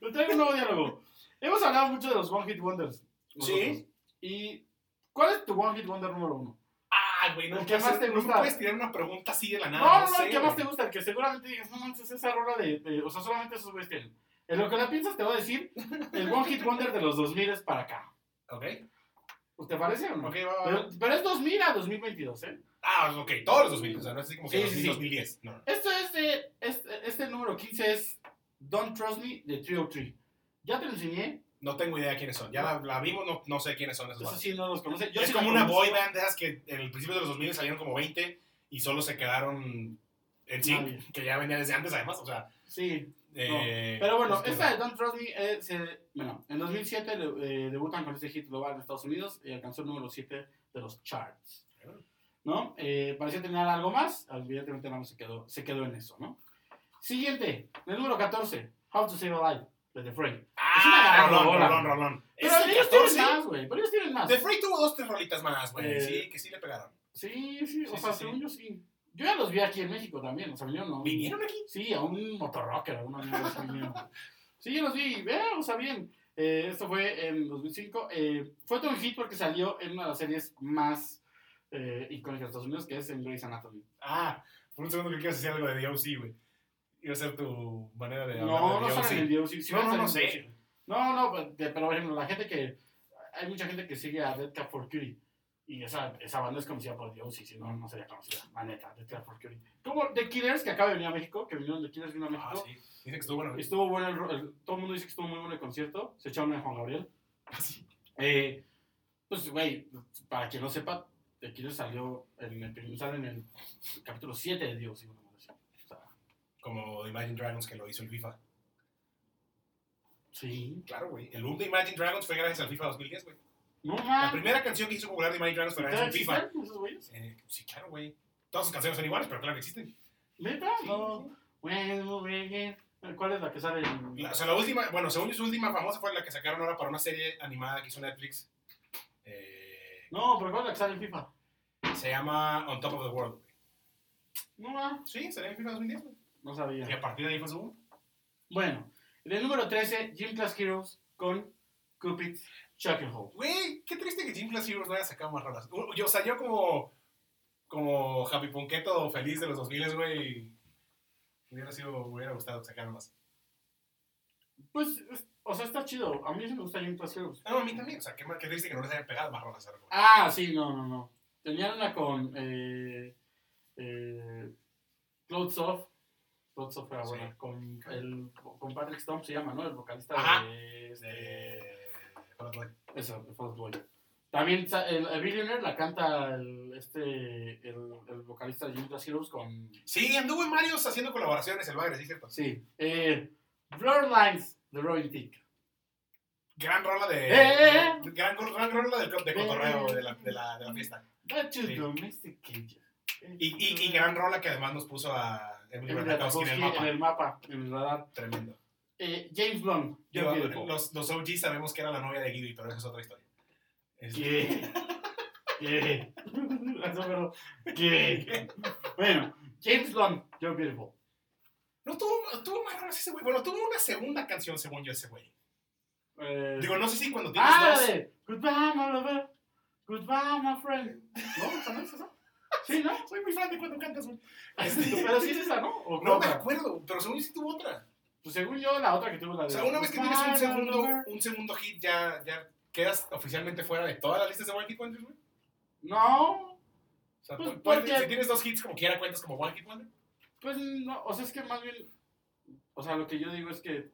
te traigo un nuevo diálogo. Hemos hablado mucho de los One Hit Wonders.
Sí.
¿Y cuál es tu One Hit Wonder número uno?
Ah, güey, no,
El que
puedes-
más te
no me
gusta.
puedes tirar una pregunta así de la
No,
nada.
no, no,
sé,
el que más te
güey.
gusta, el que seguramente digas, no manches, esa rola de, de- O sea, solamente esos güeyes tienen. En lo que la piensas, te voy a decir el One Hit Wonder de los 2000 es para acá. Pues, ¿Te parece o
Ok,
no?
ok, va, va, va.
Pero, pero es 2000 a 2022, ¿eh?
Ah, ok, todos los 2000, o sea, no es así como que
Sí,
2000,
sí, sí.
2010. No, no.
Esto es de- este, este número 15 es Don't Trust Me de 303. Ya te lo enseñé,
No tengo idea quiénes son. Ya la, la vimos, no, no sé quiénes son esos.
eso
vatos.
sí no los conoce. Yo
Pues es
sí
como
la
una
conozco.
boy band de esas que en el principio de los 2000 salieron como 20 y solo se quedaron en
Nadie.
sí, que ya venía desde antes además, o sea.
Sí,
eh,
Pero bueno,
pues,
esta de Don't Trust Me, eh, se- bueno, en 2007 le- eh, debutan con este hit global en Estados Unidos y alcanzó el número 7 de los charts. ¿No? Eh, parecía tener algo más, evidentemente no se quedó, se quedó en eso, ¿no? Siguiente, el número 14, How to Save a Life, de The Fray. es una
Ah,
gran
Rolón,
rola.
Rolón, Rolón.
Pero
Es el
ellos
14.
tienen más, güey, pero ellos tienen más.
The Frey tuvo dos, tres rolitas más, güey.
Eh,
Sí, que sí le pegaron.
Sí, sí,
Sí,
o
sí,
sea,
sí.
según yo sí. Yo ya los vi aquí en México también, o sea, vinieron a un-
¿Vinieron aquí?
Sí, a un motorrocker, a un amigo así mío. Sí, yo los vi, vea, o sea, bien. Eh, esto fue en 2005. Eh, fue todo un hit porque salió en una de las series más eh, icónicas de Estados Unidos, que es en Grey's Anatomy.
Ah, por un segundo que quieres decir algo de DOC, güey. Iba a ser tu manera de
No, no
hablar
salen en
de DOC.
Dios. sí, sí
No,
van a
no, no
salir en
sé.
Dios, sí. No, no, pues, de- pero por ejemplo, la gente que. Hay mucha gente que sigue a Dead Cat for Cutie. Y esa, esa banda es conocida por Dios, y si no, no sería conocida. La neta, Dead Cat for Cutie. Como The Killers, que acaba de venir a México, que vinieron The Killers, vino a México.
Ah, sí. Dice que estuvo bueno.
Estuvo bueno, el, ro- el- todo el mundo dice que estuvo muy bueno el concierto. Se echaron a Juan Gabriel.
Así.
Eh, pues, güey, para quien no sepa, The Killers salió en el, prim- sale en el capítulo 7 de Dios.
Como Imagine Dragons que lo hizo el FIFA.
Sí.
Claro, güey. El boom de Imagine Dragons fue gracias al FIFA 2010, güey.
No
La
mames.
primera canción que hizo popular de Imagine Dragons fue gracias al FIFA.
Ah. ¿Existen esos güeyes?
Eh, sí, claro, güey. Todas sus canciones son iguales, pero claro que existen.
¿Neta? No. Bueno, güey. ¿Cuál es la que sale en.?
La- o sea, la última, bueno, según yo, su última famosa fue la que sacaron ahora para una serie animada que hizo Netflix. Eh,
No, pero ¿cuál es la que sale en FIFA?
se llama On Top of the World. güey.
No ma.
Sí, salió en FIFA 2010, güey.
No
Y
sabía.
a partir de ahí fue su boom.
Bueno, en el número 13, Gym Class Heroes con Cupid Chuck and Hole.
Güey, qué triste que Jim Class Heroes no haya sacado más rolas. U- Yo, o sea, yo como, como Happy Punketo feliz de los 2000, güey, me hubiera, sido, me hubiera gustado que sacaran más.
Pues, es- o sea, está chido. A mí sí me gusta Gym Class Heroes.
Ah, No, a mí también, o sea, qué, mal- qué triste que no les hayan pegado más rolas. ¿sabes?
Ah, sí, no, no, no. Tenían una con eh, eh, Clothes Off. Clothes Off era
Sí.
buena. Con, el, con Patrick Stump se llama, ¿no? El vocalista
Ajá.
de, este,
Eh, Fallout Boy.
eso, de Fall Out Boy. También sa- el, el Billionaire la canta el, este, el, el vocalista de Judas Heroes con.
sí, anduvo en varios haciendo colaboraciones el pues, Bagre, sí, cierto.
Sí. Eh, Blur Lines de Roy Tick.
Gran rola de.
Eh.
de- gran, gran rola de, de cotorreo,
Eh.
güey, de la, de, la, de la fiesta.
That's just
Sí.
domesticated.
Y, y, y gran rola que además nos puso a Emily
Emily
Ratajkowski en el
Ratajkowski en
mapa.
el mapa, en el radar.
Tremendo.
Eh, James Blunt.
Digo,
You're Beautiful.
los, los OG sabemos que era la novia de Gibby, pero esa es otra historia. Este-
¿Qué? ¿Qué? [LAUGHS] Eso, pero, ¿Qué? Bueno, James Blunt, You're Beautiful.
No tuvo, tuvo más rolas ese güey. Bueno, tuvo una segunda canción, según yo, ese güey.
Eh,
Digo, no sé si cuando tienes
ah,
dos.
de Goodbye, my lover. Goodbye, my friend. ¿No? ¿Esa no es esa? Sí,
[LAUGHS]
¿no?
Soy muy fan de cuando cantas, güey. Este,
Pero sí es esa, ¿no? ¿O
no me
otra?
acuerdo, pero según yo sí tuvo otra.
Pues según yo, la otra que tuvo la de.
O sea, una vez que tienes
Goodbye,
un
my
segundo,
lover.
un segundo hit, ya, ya quedas oficialmente fuera de todas las listas de One Hit Wonders, güey.
No,
O sea,
Pues,
pu- puedes-
porque-
si tienes dos hits como quiera, cuentas como One Hit Wonder.
pues no, o sea, es que más bien, o sea, lo que yo digo es que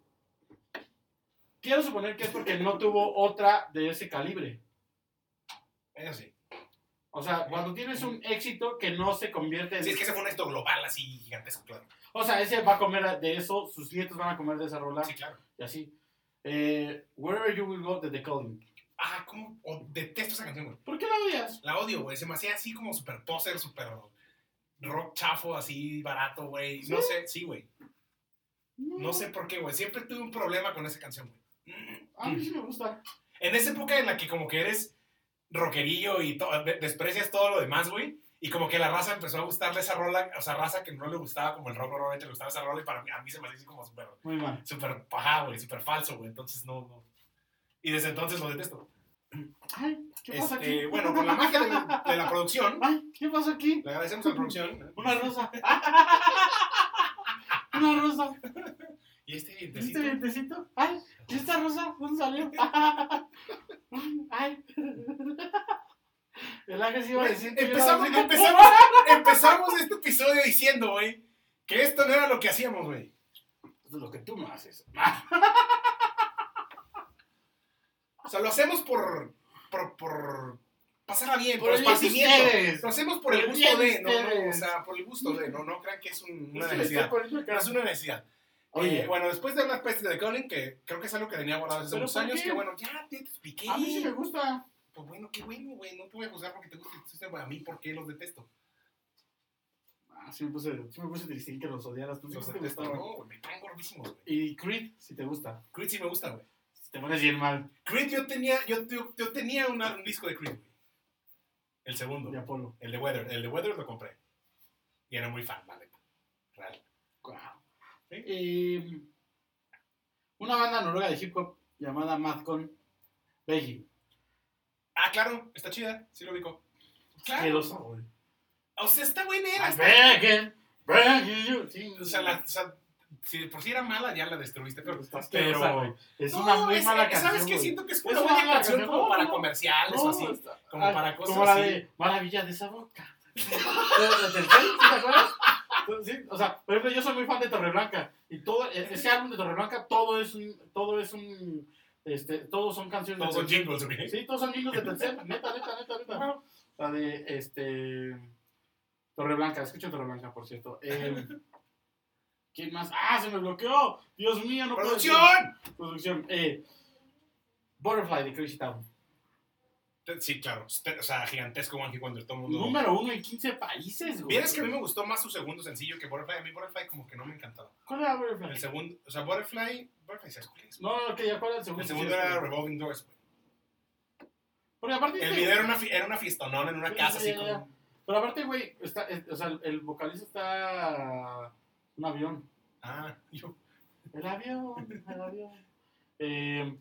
quiero suponer que es porque no tuvo otra de ese calibre.
Eso sí.
O sea, cuando tienes un éxito que no se convierte en...
Si es que ese fue un éxito global así gigantesco, claro.
O sea, ese va a comer a- de eso, sus nietos van a comer de esa rola
Sí, claro.
y así. Eh, Wherever You Will Go de The Calling.
Ah, ¿cómo? o- detesto esa canción, güey.
¿Por qué la odias?
La odio, güey. Se me hacía así como super poser, super rock chafo, así barato, güey. No sé, sí, güey. No sé por qué, güey. Siempre tuve un problema con esa canción, güey.
A mí sí me gusta.
En esa época en la que como que eres rockerillo y to- de- desprecias todo lo demás, güey. Y como que la raza empezó a gustarle esa rola, o sea, raza que no le gustaba como el rock normalmente le gustaba esa rola y para mí, a mí se me hacía así como súper
Muy mal.
super paja, güey, súper falso, güey. Entonces no, no. Y desde entonces lo detesto.
Ay, ¿qué pasa
Este,
aquí?
Bueno,
[LAUGHS]
con la magia de, de la producción,
Ay, ¿qué pasa aquí?
le agradecemos a la producción.
Una rosa. [LAUGHS] Una rosa.
Y este
¿Viste
vientecito.
mi dientecito? Ay, ¿y esta rosa? ¿Dónde salió? [LAUGHS] Ay. [LAUGHS] El ángel sí iba a decir. que yo la
Empezamos,
rosa-
empezamos, empezamos este episodio diciendo, güey, que esto no era lo que hacíamos, güey.
Eso es lo que tú me haces.
Ah, O sea, lo hacemos por. por. por pasarla bien, por,
Por el bien de
esparcimiento.
ustedes.
Lo hacemos por el
Por el
gusto
bien
de,
de
no, no, o
ustedes.
sea, por el gusto de, no, no crean que es un- una
Sí, le estoy
necesidad.
poniendo
No
cara.
es una necesidad.
Oye,
Eh, bueno, después de hablar peste de Colin, que creo que es algo que tenía guardado desde hace
¿Pero
unos
por
años,
qué?
que bueno, ya te expliqué.
a mí sí me gusta.
Pues bueno, qué bueno, güey, no te voy a juzgar porque te gusta el sistema, a mí porque los detesto.
Ah, sí me puse, sí me puse triste que los odiaras. Tú sí
Los
que te
detesto,
gustaban.
no, güey, me caen gordísimos, güey.
Y Creed, si te gusta.
Creed sí me gusta, güey.
Si te pones bien mal.
Creed, yo tenía, yo, yo, yo tenía una- un disco de Creed, güey. El segundo,
De Apolo.
el de Weather. El de Weather lo compré. Y era muy fan, vale. Real.
Guau.
Sí.
Eh, una banda noruega de hip hop llamada Madcon Begging.
Ah, claro, está chida, sí lo ubico. Claro.
Asqueroso, güey.
O sea, está buena era.
I'm
está-
begging, begging you. Sí,
O sea, la, o sea, si de por si era mala, ya la destruiste, pero.
Está
pero-
asquerosa, güey. Es
No,
una muy
es-
mala
es-
canción.
¿Sabes qué?
güey.
Siento que es
Es
una
una
buena
mala
canción
canción.
como
No,
para
no.
comerciales o
No,
así.
está-
Como
ah,
para cosas
como la
así.
de Maravilla de esa boca. ¿Te, te, te- te acuerdas? Sí, o sea, por ejemplo, yo soy muy fan de Torreblanca y todo e- ese álbum de Torreblanca todo es un todo es un este todos son canciones
Todos
de
son jingles, ¿ok?
Sí, todos son niños de tercer, neta, neta, neta, neta. La de este. Torreblanca, escucho Torreblanca, por cierto. Eh, ¿Quién más? ¡Ah, se me bloqueó! ¡Dios mío, no puedo decir-
¡Producción!
Producción. Eh, Butterfly de Crazy Town.
Sí, claro. este- O sea, gigantesco One Hit Wonder. Todo el mundo.
Número uno en 15 países, güey.
Vieras que a mí me gustó más su segundo sencillo que Butterfly. A mí Butterfly como que no me encantaba.
¿Cuál era
El
Butterfly?
segundo, o sea, Butterfly, Butterfly ¿sabes cuál es?
No, no, que ya, ¿cuál era el segundo?
El segundo era Revolving Doors. güey.
Porque aparte.
El
este-
video era una, fi- era una fiestonona en una
Sí,
casa
sí,
así
ya, ya.
como...
Pero aparte, güey, está, es- o sea, el- el vocalista está. Un avión.
Ah, [LAUGHS] yo...
El avión, el avión. Eh,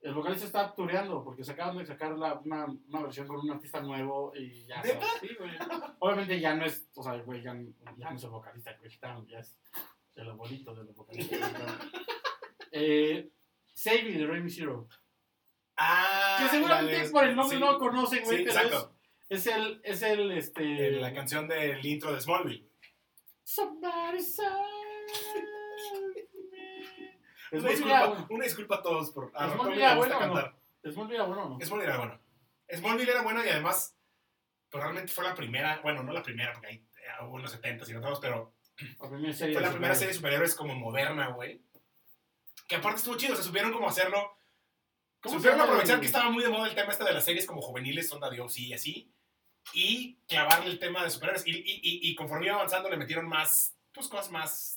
el vocalista está tureando porque se acaban de sacar la, una, una versión con un artista nuevo y ya.
¿Neta?
sabes, sí, güey. Obviamente ya no es, o sea, güey, ya, ya no es el vocalista, güey, está- ya es de lo bonito de los
[LAUGHS]
vocalistas. eh, Save Me de Remy Zero.
Ah,
Que seguramente
la de-
por el nombre
sí.
no lo conocen, güey,
Sí,
pero
exacto.
es, es el, es el, este...
Eh, La canción del intro de Smallville.
Somebody save me. Es
una,
muy
disculpa,
bueno.
una disculpa a todos por... A
Smallville
Roberto le gusta
era bueno, ¿no?
cantar.
Es muy bien, bueno, ¿no?
Smallville era bueno. Smallville era bueno y además, pues realmente fue la primera, bueno, no la primera, porque ahí eh, hubo en los 70 y en otros, pero
La primera serie.
fue
de
la primera
superhéroes.
serie de superhéroes como moderna, güey. Que aparte estuvo chido, se supieron cómo hacerlo.
¿Cómo
supieron
se llama,
aprovechar
güey?
que estaba muy de moda el tema este de las series como juveniles, onda Dios y así. Y clavarle el tema de superhéroes. Y, y, y, y conforme iba avanzando le metieron más, pues cosas más...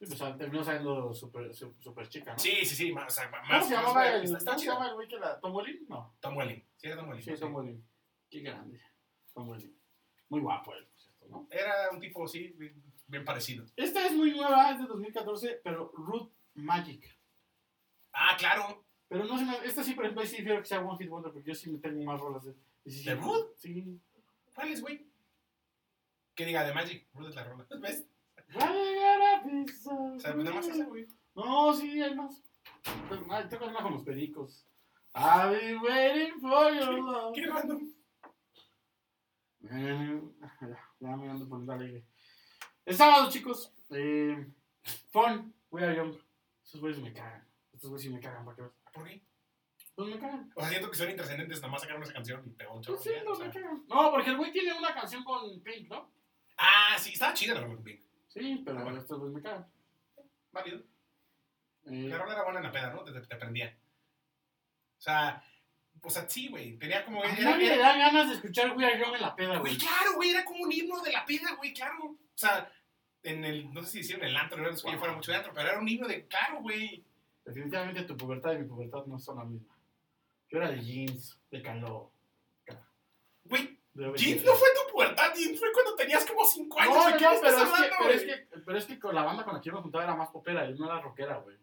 Sí, pues, ah, terminó saliendo super, su- super chica, ¿no?
Sí, sí, sí, más... o sea, más-
¿Cómo se
más-
llamaba
más-
el,
está- está
¿cómo se
chido.
llama el güey que la. ¿Tom Welling? No.
Tom Welling. Sí, era Tom Welling.
Sí,
sí.
Tom Welling. Qué grande. Tom Welling. Muy guapo él, por cierto, ¿no?
Era un tipo, sí, bien- bien parecido.
Esta es muy nueva, es de 2014, pero Root Magic.
Ah, claro.
Pero no se me. Esta sí, por ejemplo, ahí sí creo que sea One Hit Wonder, porque yo sí me tengo más rolas de. y sí, sí.
¿De Root?
Sí.
¿Cuál es, güey? Que diga de Magic, Rude es la rola. [LAUGHS] ¿Ves? O sea, nada más esa, güey.
No, sí, hay más. Tengo ah, tengo una con los pericos. I've been waiting for your love. [LAUGHS]
Qué random.
Eh, ya me ando poniendo alegre. El sábado, chicos. Eh, fun, we are young. Estos güeyes me cagan. Estos güeyes sí me cagan, ¿para qué?
¿Por qué?
Pues me cagan.
O sea, siento que son intrascendentes, nada más sacaron esa canción y pegó un chorro.
Pues sí,
ya,
no,
o sea.
me cagan. No, porque el güey tiene una canción con Pink, ¿no?
Ah, sí, estaba chida la rola con Pink.
Sí, pero
Ah, bueno.
estos güeyes me cagan.
Válido.
Eh,
La rola era buena en la peda, ¿no? Te, te, te prendía. O sea, o sea, sí, güey. Tenía como.
a
Era,
nadie Ah,
era-
le
Ah,
dan ganas de escuchar We Are Young en la peda,
güey,
güey.
claro, güey. Era como un himno de la peda, güey, claro. O sea, en el. No sé si hicieron el antro, no sé que yo fuera mucho de antro, pero era un himno de. Claro, güey.
Definitivamente tu pubertad y mi pubertad no son la misma. Yo era de jeans, de calor.
Güey,
de
Jeans
obesidad.
no fue tu pubertad, Jeans fue cuando tenías como 5 años.
No,
güey, ¿qué
yo,
me
pero,
estás
es que,
hablando,
pero, es
güey?
que, pero es que con la banda con la que yo me juntaba era más popera, yo no era rockera, güey.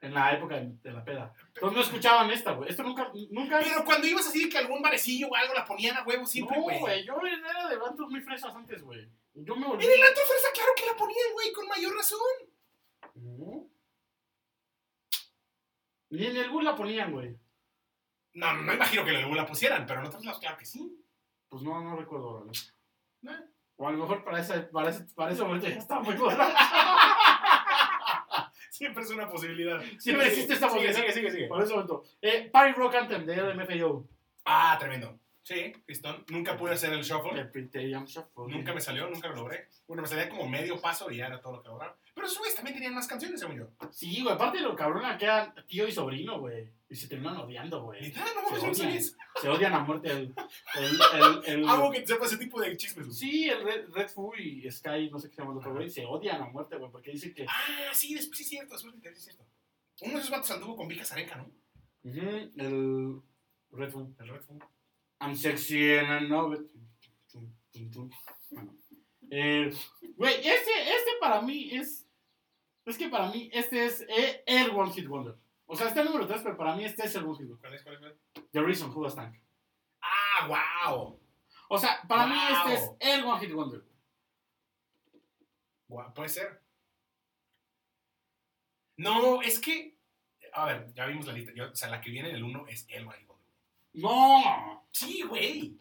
En la época de, de la peda. Entonces no escuchaban esta, güey. Esto nunca, nunca.
Pero cuando ibas así de que algún barecillo o algo la ponían a huevo siempre,
no,
güey.
güey. Yo era de bandos muy fresas antes, güey. Yo me volví.
En el antro fresa, claro que la ponían, güey, con mayor razón.
No. Ni en el bus la ponían, güey.
No, no imagino que la, la pusieran, pero en otros lados, claro que sí.
Pues no, no recuerdo ahora. ¿no?
Eh.
O a lo mejor para ese, para ese, para ese momento ya estaba muy gorda.
Siempre es una posibilidad.
Siempre existe esta
Sigue,
posibilidad.
Sigue, sigue, sigue.
[LAUGHS] Para ese momento. Eh, Party Rock Anthem de LMFAO.
Ah, tremendo. Sí, Cristón. Nunca pude hacer el shuffle. Nunca
Nunca
me salió, nunca lo logré. Bueno, me salía como medio paso y ya era todo lo que lograba. Pero esos güeyes también tenían más canciones, según yo.
Sí, güey, aparte de lo cabrona que eran tío y sobrino, güey. Y se terminan odiando,
Y
güey.
nada, no mames,
Se
no
odian.
sabías.
Se odian a muerte. El, el, el, el-
Hago que sepa ese tipo de chismes. güey.
sí, el Red, Red Food y Sky, no sé qué se llama el otro güey, se odian a muerte, güey, porque dicen que.
Ah, sí, después sí es cierto, después me enteré, sí es cierto. Uno de esos vatos anduvo con Vika Zarenka, ¿no?
Ujú, el Red Food.
El Red Bull.
I'm sexy and I know it. Tum, tum, tum. Bueno. Eh, Güey, este, este para mí es. Es que para mí este es eh, el One Hit Wonder. O sea, está el número 3, pero para mí este es el One Hit Wonder.
¿Cuál es? ¿Cuál es? cuál es?
The Reason Who Was Tank.
Ah, wow.
O sea, para mí
Wow.
este es el One Hit Wonder.
Gua- Puede ser. No, es que. A ver, ya vimos la lista. Yo- o sea, la que viene en el 1 es el Wild Gold.
No.
Sí, güey.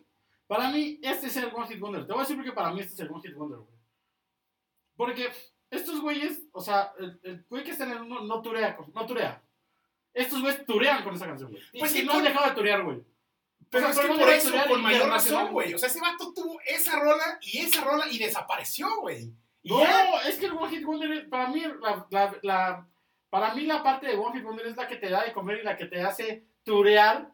Para mí este es el One Hit Wonder. Te voy a decir por qué para mí este es el One Hit Wonder, güey. Porque estos güeyes, o sea, el, el güey que está en el uno no turea, con- no turea. Estos güeyes turean con esa canción, güey.
Pues
Pues
que
que no han
con-
dejado de turear, güey.
Pero
O sea,
es
pero
que
no
por
debe
eso,
ser
con mayor
internacional.
razón, güey. O sea, ese vato tuvo esa rola y esa rola y desapareció, güey. Y
No,
ya.
es que el One Hit Wonder, es- para mí, la, la- la- para mí la parte de One Hit Wonder es la que te da de comer y la que te hace turear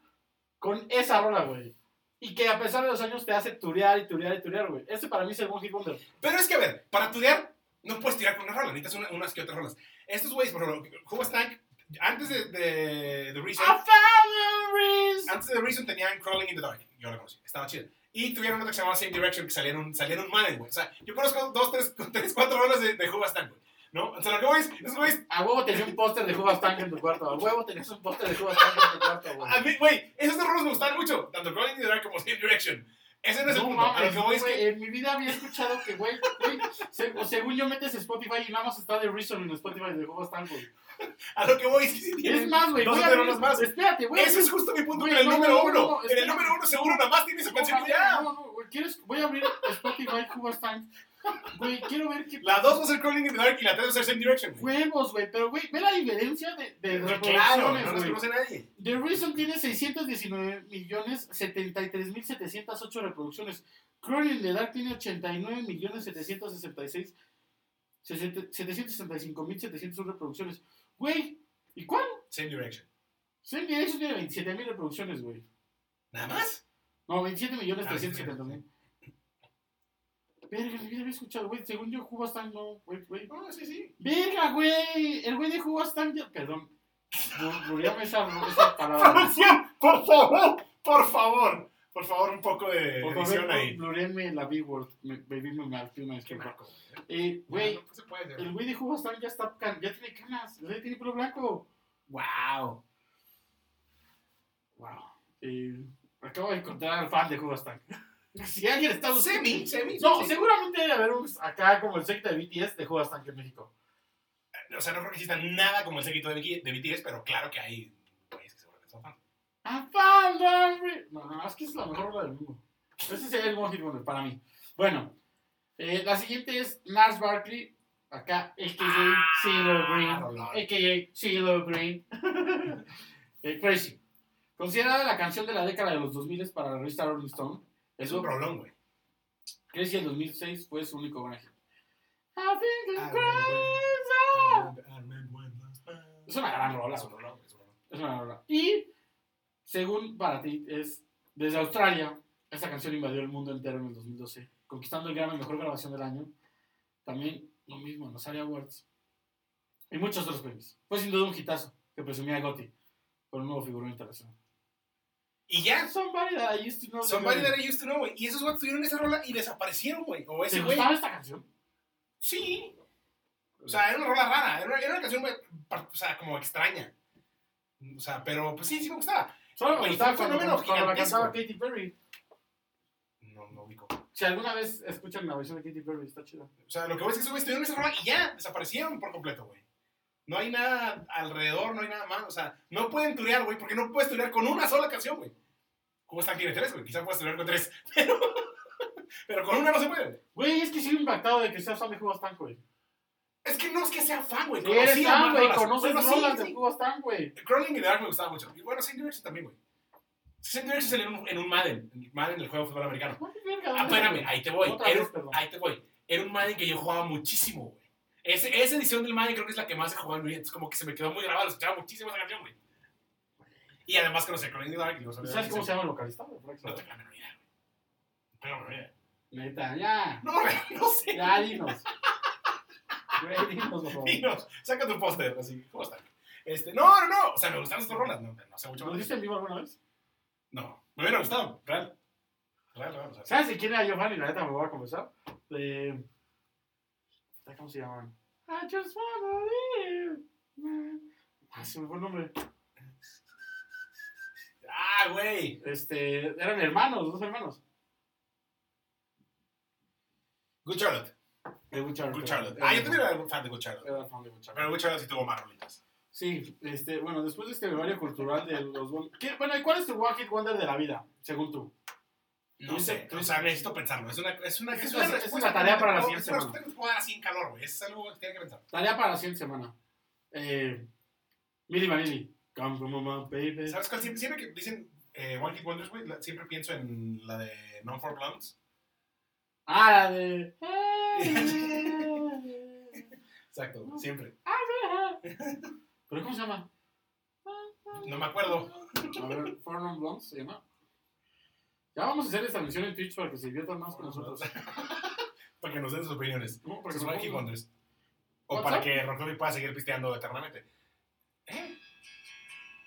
con esa rola, güey. Y que a pesar de los años te hace turear y turear y turear, güey. Este para mí es el One Hit Wonder.
Pero es que, a ver, para estudiar no puedes tirar con una rola. Necesitas una- unas que otras rolas. Estos güeyes, por ejemplo, Hubba Stank, antes de, de, de
I
Reason.
found the reason.
Antes de The Reason tenían Crawling in the Dark. Yo la conocí. Estaba chida. Y tuvieron otra que se llamaba Same Direction, que salieron, salieron mal, güey. O sea, yo conozco dos, tres, [LAUGHS] tres cuatro rolas de, de Hubba Stank, güey. ¿No? O sea, lo que voy es, esos güeyes,
A huevo tenía un póster de Hubba Tank en tu cuarto. A huevo tenías un póster de Hubba Tank en tu cuarto,
[LAUGHS] a
güey.
mí, güey, esos dos rolas me gustaban mucho. Tanto Crawling in the Dark como Same Direction. Ese no es el
No
punto. A lo
mames,
que voy es
güey,
que,
en mi vida había escuchado que, güey, güey, se- o según yo metes Spotify y nada más está The Reason en Spotify de Hubba Tank, güey.
a lo que voy es que sí
Es
tienen...
más, güey.
dos
voy a
de
abrir-
rolas más.
Espérate, güey.
Ese es justo mi punto
Güey,
en el
no, no,
número
no,
uno.
no, es
en
que
el
no.
número uno seguro nada más tiene esa canción y
No,
ya.
no, no, güey, ¿quieres? Voy a abrir Spotify Cuba Time. Güey, quiero ver qué
La dos va a ser Crawling in the Dark y la tres va a ser Same Direction, güey.
huevos, güey. Pero, güey, ve la diferencia de, de
Claro, no
reproducciones,
las
güey.
conoce nadie.
The Reason tiene 619 millones 73 mil 708 reproducciones. Crawling in the Dark tiene 89 millones 766 sesenta- 765 mil 701 reproducciones. Güey, ¿y cuál?
Same Direction.
Same Direction tiene 27 mil reproducciones, güey.
¿Nada más?
No, 27 millones
Ah,
370 mil. Verga, yo había escuchado, güey. Según yo, Cuba Stank no, güey, güey.
No, sí, sí.
Verga, güey. El güey de Cuba Stank ya. Perdón. Bu- Buleame esa, esa palabra.
por favor, por favor, por favor, un poco de
Por
edición
favor,
ahí.
blureame la B-word. Me- Baby, me marqué una vez que
Qué
me-
marco, güey.
Eh, Güey,
No, no se puede hacer.
el güey de Cuba Stank ya está. can- Ya tiene canas. Ya tiene pelo blanco.
Wow.
Wow. Eh, acabo de encontrar al fan de Cuba Stank. [LAUGHS] si alguien está buscando.
Semi, semi.
No,
sí, sí.
seguramente debe haber un, acá como el secta de BTS de Cuba Stank en México.
O sea, no creo que exista nada como el séquito de, B- de BTS, pero claro que hay güeyes que seguramente son fans.
¡Ah, I found the re- No, no, es que es la mejor rola del mundo. Ese sería el buen hit wonder para mí. Bueno, eh, la siguiente es Mars Barkley. Acá, a.k.a.
Ah,
CeeLo Green.
rolón.
A.k.a. CeeLo Green. [LAUGHS] Eh, Crazy. Considerada la canción de la década de los 2000 para la revista Rolling Stone,
Es un
eso,
rolón, güey.
Crazy en 2006 fue su único gran hit. I've been
Ah,
crazy. Es una gran rola,
Es un
güey.
rolón, es un rolón.
Es una rola. Y, según para ti, es desde Australia, esta canción invadió el mundo entero en el 2012, conquistando el Grammy Mejor Grabación del Año. También lo mismo en los ARIA Awards. Y muchos otros premios. Fue sin duda un hitazo que presumía Gotti por un nuevo figurón internacional.
Y ya.
Somebody that I used to know.
Somebody that I used to know, güey. Y esos güeyes tuvieron esa rola y desaparecieron, güey. O
¿Te
ese güey.
gustaba esta canción?
Sí. O sea, era una rola rara. Era una, era una canción, güey, par- o sea, como extraña. O sea, pero pues sí, sí me gustaba.
Solo me
Güey,
gustaba
fue un
cuando,
fenómeno
cuando la
gigantesco.
cantaba Katy Perry.
No, no ubico.
Si alguna vez escuchan la versión de Katy Perry, está chida.
O sea, lo que voy es que esos güeyes tuvieron esa rola y ya desaparecieron por completo, güey. No hay nada alrededor, no hay nada más. O sea, no pueden turear, güey, porque no puedes turear con una sola canción, güey. ¿Cómo están? Tiene tres, güey. Quizás puedas turear con tres. [LAUGHS] Pero, pero con una no se puede. güey.
Güey, es que sigo impactado de que seas fan de Jugas Tank, güey.
Es que no es que sea fan, güey.
Eres
Conocía
fan,
más
güey,
rolas.
conoces
Bueno, sí,
rolas
sí.
de Jugas Tank, güey.
Crawling in the Dark me gustaba mucho. Y bueno, Saint Direction también, güey. Saint Direction salió en un, en un Madden. En Madden, el juego de fútbol americano.
Ay, verga,
Ah,
¿dónde
espérame,
salió?
ahí te voy.
Otra
Era,
vez, perdón.
ahí te voy. Era un Madden que yo jugaba muchísimo, güey. Ese- esa edición del Madden creo que es la que más he jugado en mi vida. Es como que se me quedó muy grabada. Lo escuchaba muchísimo esa canción, güey. Y además conocía Crawling in the Dark. Y luego salió
¿Sabes cómo se
Saint
llama el vocalista? de Frank
Direction. No
Sinatra?
tengo la menor idea, güey. No tengo la menor idea.
Neta, ya.
No, güey, no
[LAUGHS]
sé. [LAUGHS]
Ya, dinos. Güey, dinos, por favor.
Dinos, saca tu póster. Así, ¿cómo está? Este, no, no, no. O sea, me gustaron estos rolas. No, no sé mucho
¿Lo
más.
viste en vivo alguna vez?
No, me hubiera gustado, real. Real, real. o sea,
¿Sabes de quién era Giovanni? La neta me voy a confesar. De. ¿Cómo se llaman? I just wanna live. Ah, se me fue el nombre.
Ah, güey.
Este, eran hermanos, dos hermanos.
Good Charlotte.
De Good Charlotte.
Good Charlotte. Ah, yo también era fan de Good Charlotte.
Era fan Eh, de Good Charlotte.
Pero Good Charlotte sí tuvo más rolitas.
Sí, este, bueno, después de este memoria cultural de los... ¿Qué- Bueno, ¿y cuál es tu One Hit Wonder de la vida, según tú?
No sé, o sea, necesito pensarlo. Es una, es una,
Es
es
una-
una
es una
respuesta
tarea
que
para
no-
la
es
siguiente
una
semana.
respuesta que no te puedo dar así en calor, güey. Es algo que tiene que pensar.
Tarea para la siguiente semana. Eh, Milli Vanilli. Come from my baby.
¿Sabes cuál? Siempre, siempre que dicen eh, One Hit Wonders, güey, la- siempre pienso en la de Non For Blondes.
Ah, la
[LAUGHS]
de... Pero
Exacto,
No.
siempre.
¿cómo se llama?
No me acuerdo.
A ver, Four Non Blondes se llama. Ya vamos a hacer esta misión en Twitch para que se diviertan más con nosotros.
para que nos den sus opiniones.
No,
Porque
Porque
One Hit
no-
Wonders. O
What's
para
up?
que Rocklory pueda seguir pisteando eternamente.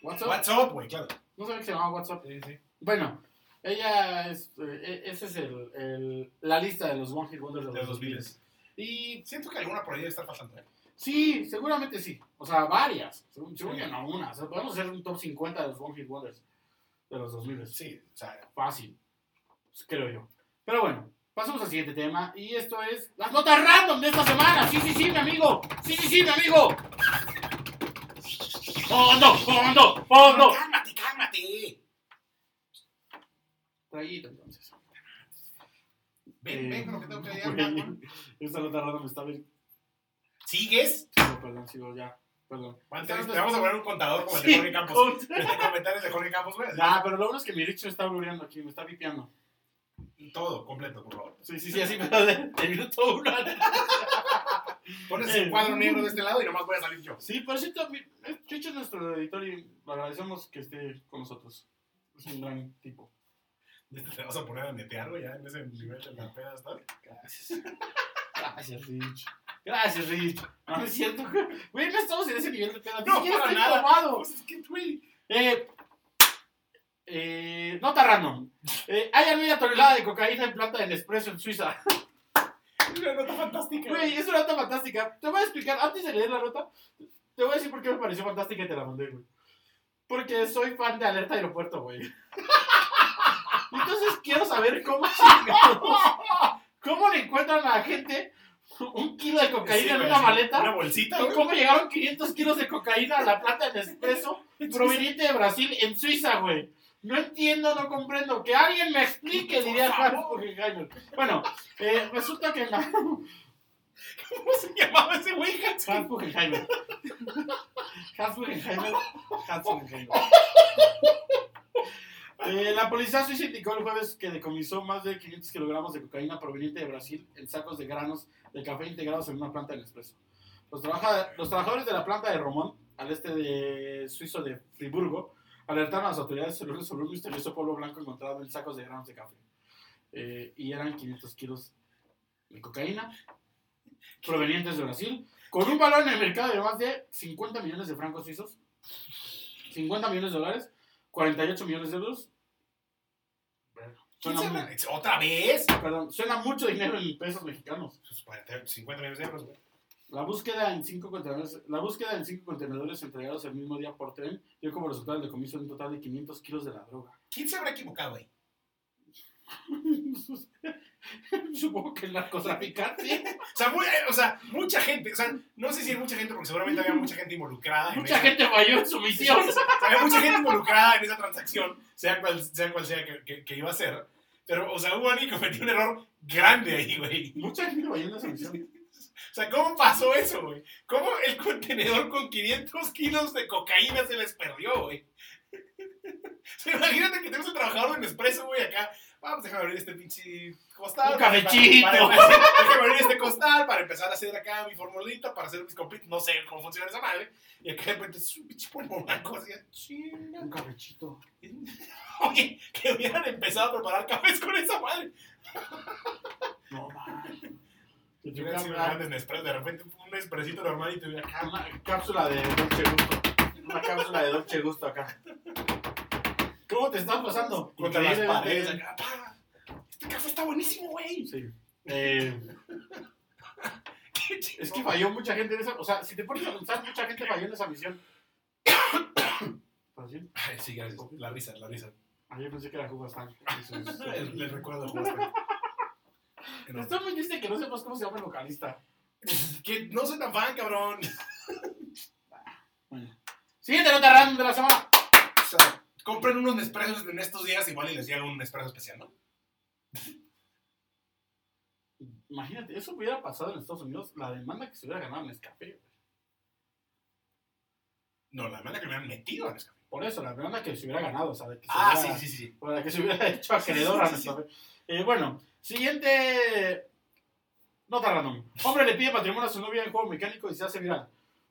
What's up?
¿Eh? What's up, güey, claro.
No sabía que se llamaba WhatsApp.
Sí, sí.
Bueno, ella es... eh, esa es el, el- la lista de los One Hit Wonders de
De
los
los
2000.
2000.
Y
Siento que alguna por ahí debe estar pasando. ¿eh?
Sí, seguramente sí. O sea, varias. Según según yo, no una. O sea, podemos hacer un top 50 de los One Hit Wonders de los 2000.
Sí, o sea,
Fácil, pues, creo yo. Pero bueno, pasamos al siguiente tema. Y esto es las notas random de esta semana. Sí, sí, sí, mi amigo. Sí, sí, sí, mi amigo. Fondo, fondo, fondo.
¡Cálmate, cálmate!
Rayito, entonces.
Ven,
Eh,
ven con lo que tengo [LAUGHS] que
güey,
leer. Juan.
Esta nota random está bien.
¿Sigues?
No, perdón, sigo ya. Perdón.
Juan, te, te vamos a poner un contador como el de
Sí,
Jorge Campos.
con-
El de comentarios de Jorge Campos, güey.
Nah, pero lo bueno es que mi dicho está blureando aquí, me está vipeando.
Todo, completo, por favor.
Sí, sí, sí, así, [LAUGHS] pero de, de minuto uno.
Pones
Eh,
el cuadro negro de este lado y nomás voy a salir yo.
Sí, por cierto, mi- eh, Chucho es nuestro editor y le agradecemos que esté con nosotros. Es un gran tipo.
este Te vas a poner a netear, güey, ya en ese nivel de la peda está.
Gracias. Gracias, Rich. Gracias, Rich. No, no es cierto. Güey, no estamos en ese nivel de pedo. Ni
No,
siquiera
para
estoy
nada.
tomado.
Pues es que, güey.
Eh, eh, nota random. Eh, hay media tonelada de cocaína en planta del Nespresso en Suiza.
Es una nota fantástica.
Güey, es una nota fantástica. Te voy a explicar, antes de leer la nota, te voy a decir por qué me pareció fantástica y te la mandé, güey. Porque soy fan de Alerta Aeropuerto, güey. [LAUGHS] Entonces quiero saber cómo chingados, cómo le encuentran a la gente un kilo de cocaína
Sí,
en
güey,
una
así,
maleta.
Una bolsita,
o
güey.
¿Cómo
[LAUGHS]
llegaron 500 kilos de cocaína a la planta de Nespresso
Sí, sí.
proveniente de Brasil en Suiza, güey? No entiendo, no comprendo. Que alguien me explique, diría
favor.
Franz Oppenheimer. Bueno, eh, resulta que la-
¿Cómo se llamaba ese güey, Hans?
Franz Oppenheimer. Franz Oppenheimer. Franz Oppenheimer. Eh, la policía suiza indicó el jueves que decomisó más de 500 kilogramos de cocaína proveniente de Brasil en sacos de granos de café integrados en una planta de Nespresso. Los, trabaja- los trabajadores de la planta de Romón, al este de suizo de Friburgo, alertaron a las autoridades sobre sobre un misterioso polvo blanco encontrado en sacos de granos de café. Eh, y eran 500 kilos de cocaína provenientes de Brasil, con un valor en el mercado de más de 50 millones de francos suizos, 50 millones de dólares, 48 millones de euros. Bueno,
¿Quién
suena
se
mu-
habrá- ¿Otra vez? Pues,
perdón, suena mucho dinero en pesos mexicanos.
Sus 40, 50 millones de euros, güey.
La búsqueda en cinco contenedores, la búsqueda en cinco contenedores entregados el mismo día por tren dio como resultado el decomiso de un total de 500 kilos de la droga. [LAUGHS]
¿Quién se habrá equivocado ahí?
Supongo que el narcotraficante.
O sea, muy- eh, o sea, mucha gente, o sea, no sé si hay mucha gente, porque seguramente había mucha gente involucrada. en
Mucha
esa-
gente falló en su misión.
O sea, había mucha gente involucrada en esa transacción, sea cual sea, cual sea que, que- que iba a ser. Pero, o sea, hubo alguien que cometió un error grande ahí, güey.
Mucha gente falló en su misión.
O sea, ¿cómo pasó eso, güey? ¿Cómo el contenedor con 500 kilos de cocaína se les perdió, güey? O sea, imagínate que tenemos un trabajador de Nespresso, güey, acá. Vamos, déjame abrir este pinche costal.
Un
para-
cafechito.
para- para- déjame abrir este costal para empezar a hacer acá mi formulita, para hacer mis compritos. No sé cómo funciona esa madre. Y acá de repente es un pinche polvo blanco, así, chinga.
Un cafechito.
[LAUGHS] Oye, que hubieran empezado a preparar cafés con esa madre.
No, man. Que
Yo
te
hubiera sido
hubiera-
grande Nespresso, de repente un Nespresito normal y te hubiera acá.
Una cápsula de Dolce Gusto. Una cápsula de Dolce Gusto acá. ¿Cómo te estás pasando?
Contra las
Increíble,
paredes.
¿eh?
acá, pa. Este café está buenísimo, güey. [LAUGHS]
Sí. Eh, Es que falló mucha gente en esa. O sea, si te pones a pensar, mucha gente falló en esa misión. ¿Así?
Ay, sí, gracias. La risa, la risa.
Ah, yo pensé que era Cuba Stank.
Les, les recuerdo el juego. [LAUGHS] No.
Esto me dice que no sepas cómo se llama el vocalista.
Que no soy tan fan, cabrón.
Siguiente nota random de la semana.
Compren unos Nespressos en estos días igual y les llega un Nespresso especial, ¿no?
Imagínate, eso hubiera pasado en Estados Unidos, la demanda que se hubiera ganado en Nescafé.
No, la demanda que me han metido a Nescafé.
Por eso, la demanda que se hubiera ganado, o sea, de que se
Ah, sí,
hubiera-
sí, sí.
por la que se hubiera [LAUGHS] hecho acreedor a
Sí, sí, sí.
Nescafé. Eh, bueno, siguiente nota random. Hombre le pide patrimonio a su novia en juego mecánico y se hace viral.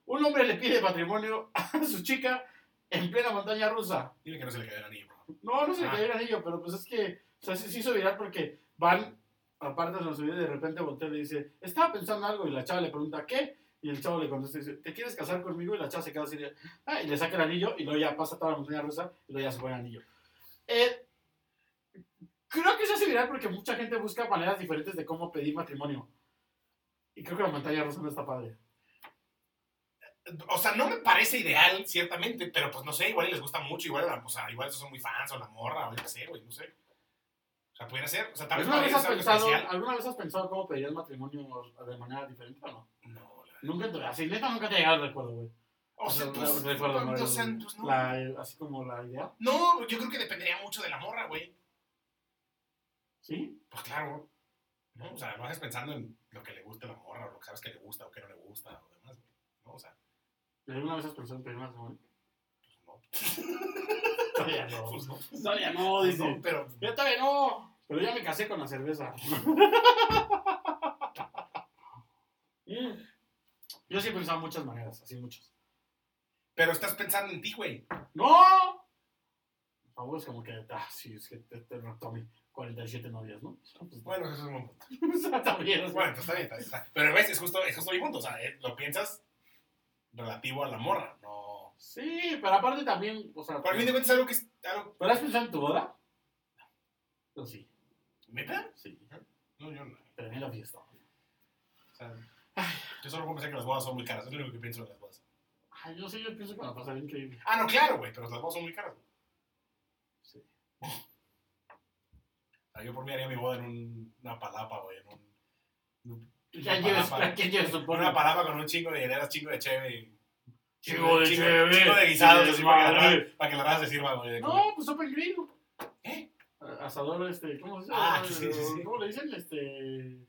Un hombre le pide patrimonio a su chica en plena montaña rusa.
Dime que no se le cayó el anillo, por favor.
No, no se le
Ah.
cayó el anillo, pero pues es que o sea, se, se hizo viral porque van, aparte de la subida y de repente voltea y le dice, estaba pensando algo y la chava le pregunta, ¿qué? Y el chavo le contesta y dice, ¿te quieres casar conmigo? Y la chava se queda así de, ah, y le saca el anillo y luego ya pasa toda la montaña rusa y luego ya se pone el anillo. Eh, creo que se hace viral porque mucha gente busca maneras diferentes de cómo pedir matrimonio. Y creo que la montaña rusa no está padre.
O sea, no me parece ideal, ciertamente, pero pues no sé, igual y les gusta mucho, igual, o sea, igual esos son muy fans o la morra, o yo qué sé, güey, no sé. O sea, pudiera ser. O sea, tal vez
¿Alguna
para ellos
vez, has
es algo
pensado,
especial.
¿Alguna vez has pensado cómo pedirías matrimonio de manera diferente o no?
No, la
Nunca te, así neta nunca te ha llegado el recuerdo, güey.
O sea,
No,
pues,
no, recuerdo, no,
o sea, pues, no.
la- eh, así como la idea.
No, yo creo que dependería mucho de la morra, güey.
¿Sí?
Pues claro. ¿no? O sea, lo haces pensando en lo que le gusta a la morra, o lo que sabes que le gusta o que no le gusta, o demás, güey. ¿No? O sea,
¿Y ¿Alguna vez has pensado en pedir matrimonio?
pues no.
Todavía no.
[LAUGHS] Pues no.
Todavía no,
Pues,
dice.
no, pero.
Yo todavía no. Pero ya me casé con la cerveza. [LAUGHS] Mm. Yo sí he pensado en muchas maneras, así muchas.
Pero estás pensando en ti, güey.
¡No! Tampoco es como que, ah, sí, es que te, te raptó a mí 47 novias, ¿no? Pues,
Bueno, eso es un buen punto.
[LAUGHS] o sea, también, o
[LAUGHS]
sea,
Bueno, pues está bien, está bien, está bien. Pero ves, es justo, es justo mi punto. O sea, eh, lo piensas relativo a la morra, no.
Sí, pero aparte también, o sea.
Para mí de cuentas es algo que es. Algo,
¿Pero has pensado en tu boda? No. Yo sí,
¿Neta?
sí.
No, yo no.
Terminé la fiesta.
O sea, yo solo puedo pensar que las bodas son muy caras. Es lo único que pienso en las bodas.
Ay, yo sé, yo pienso que la pasaré increíble.
Ah, no, claro, güey, pero las bodas son muy caras.
Sí.
O sea, yo por mí haría mi boda en un- una palapa, güey. En un,
¿Quién lleves,
palapa.
¿quién lleves tu
Por
porno?
una palapa con un chingo de hieleras, chingo de cheve. y Chivo
Chivo de
chivo
cheve.
chivo de guisados,
Sí,
así para que la
madre.
raza- para que la raza se sirva, güey. de comer.
No, pues sopa en griego.
¿Eh?
Asador, este, ¿cómo se dice?
Ah, sí, sí, sí.
¿Cómo le dicen? Este.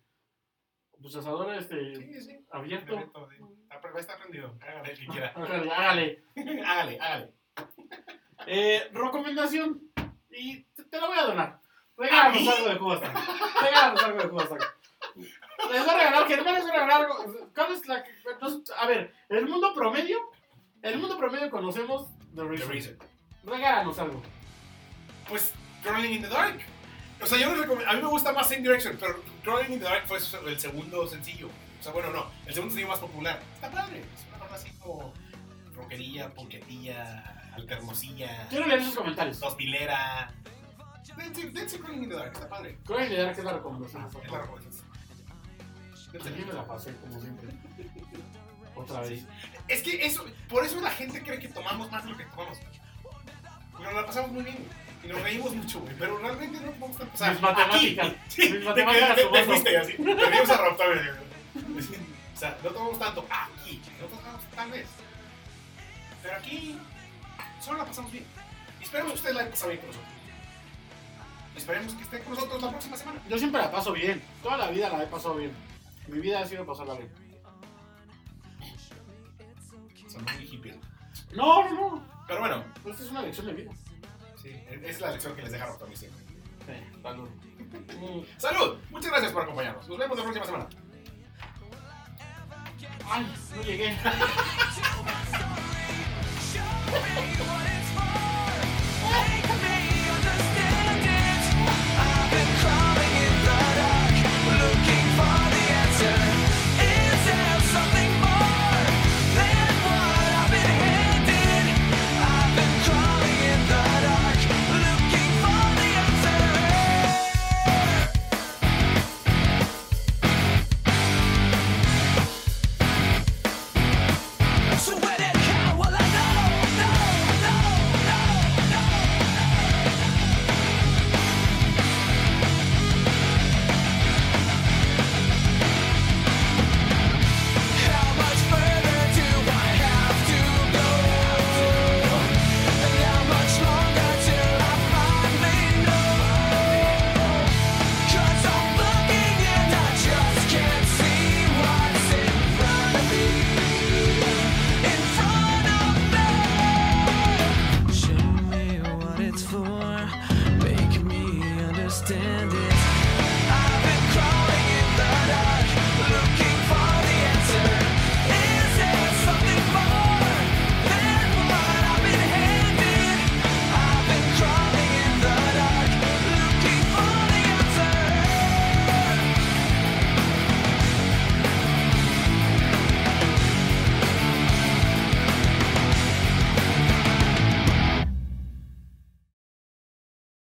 Pues asador, este.
Sí, sí.
Abierto.
Perfecto, sí. Está pre- Está prendido. Hágale el que quiera.
Hágale, [LAUGHS] hágale.
Hágale, hágale.
Eh, recomendación. Y te, te la voy a donar. Regálanos
¿A mí?
algo de Cuba Sacra. Regálanos algo de Cuba Sacra. Les voy a regalar, Germán les voy a regalar algo. ¿Cuál es la que- entonces, a ver, el mundo promedio. El mundo promedio conocemos The
The
Reason.
Reason.
Regálanos algo.
Pues, Rolling in the Dark. O sea, yo les recomiendo. A mí me gusta más Same Direction, pero Rolling in the Dark fue su- el segundo sencillo. O sea, bueno, no. El segundo sencillo más popular. Está padre. Es una cosa así como rockerilla, punquetilla, alternosilla,
Quiero leer sus comentarios.
dos milera. Dense dense Rolling in the Dark. Está padre.
¿Cuál es la idea que es la
Ah,
recomendación?
es la recomendación. Dense.
También me la pasé como siempre. Otra vez.
Es que eso, por eso la gente cree que tomamos más de lo que tomamos. güey. Nos la pasamos muy bien güey, y nos reímos mucho, güey. Pero realmente no podemos estar
Mis matemáticas.
Sí,
mis
te
matemáticas
quedaste,
son
te
buenas.
fuiste así. Perdimos a Raptor. güey. O sea, no tomamos tanto aquí, no tomamos tal vez. Pero aquí solo la pasamos bien. Y esperemos que ustedes la hayan pasado bien con nosotros. Esperemos que estén con nosotros la próxima semana.
Yo siempre la paso bien. Toda la vida la he pasado bien. Mi vida ha sido pasarla bien.
Son muy hippies.
No, no, no.
Pero bueno,
Esta es una lección de vida.
sí, es la lección que les deja Raptor siempre.
Salud. Mm.
Salud, muchas gracias por acompañarnos. Nos vemos la próxima semana.
Ay, no llegué.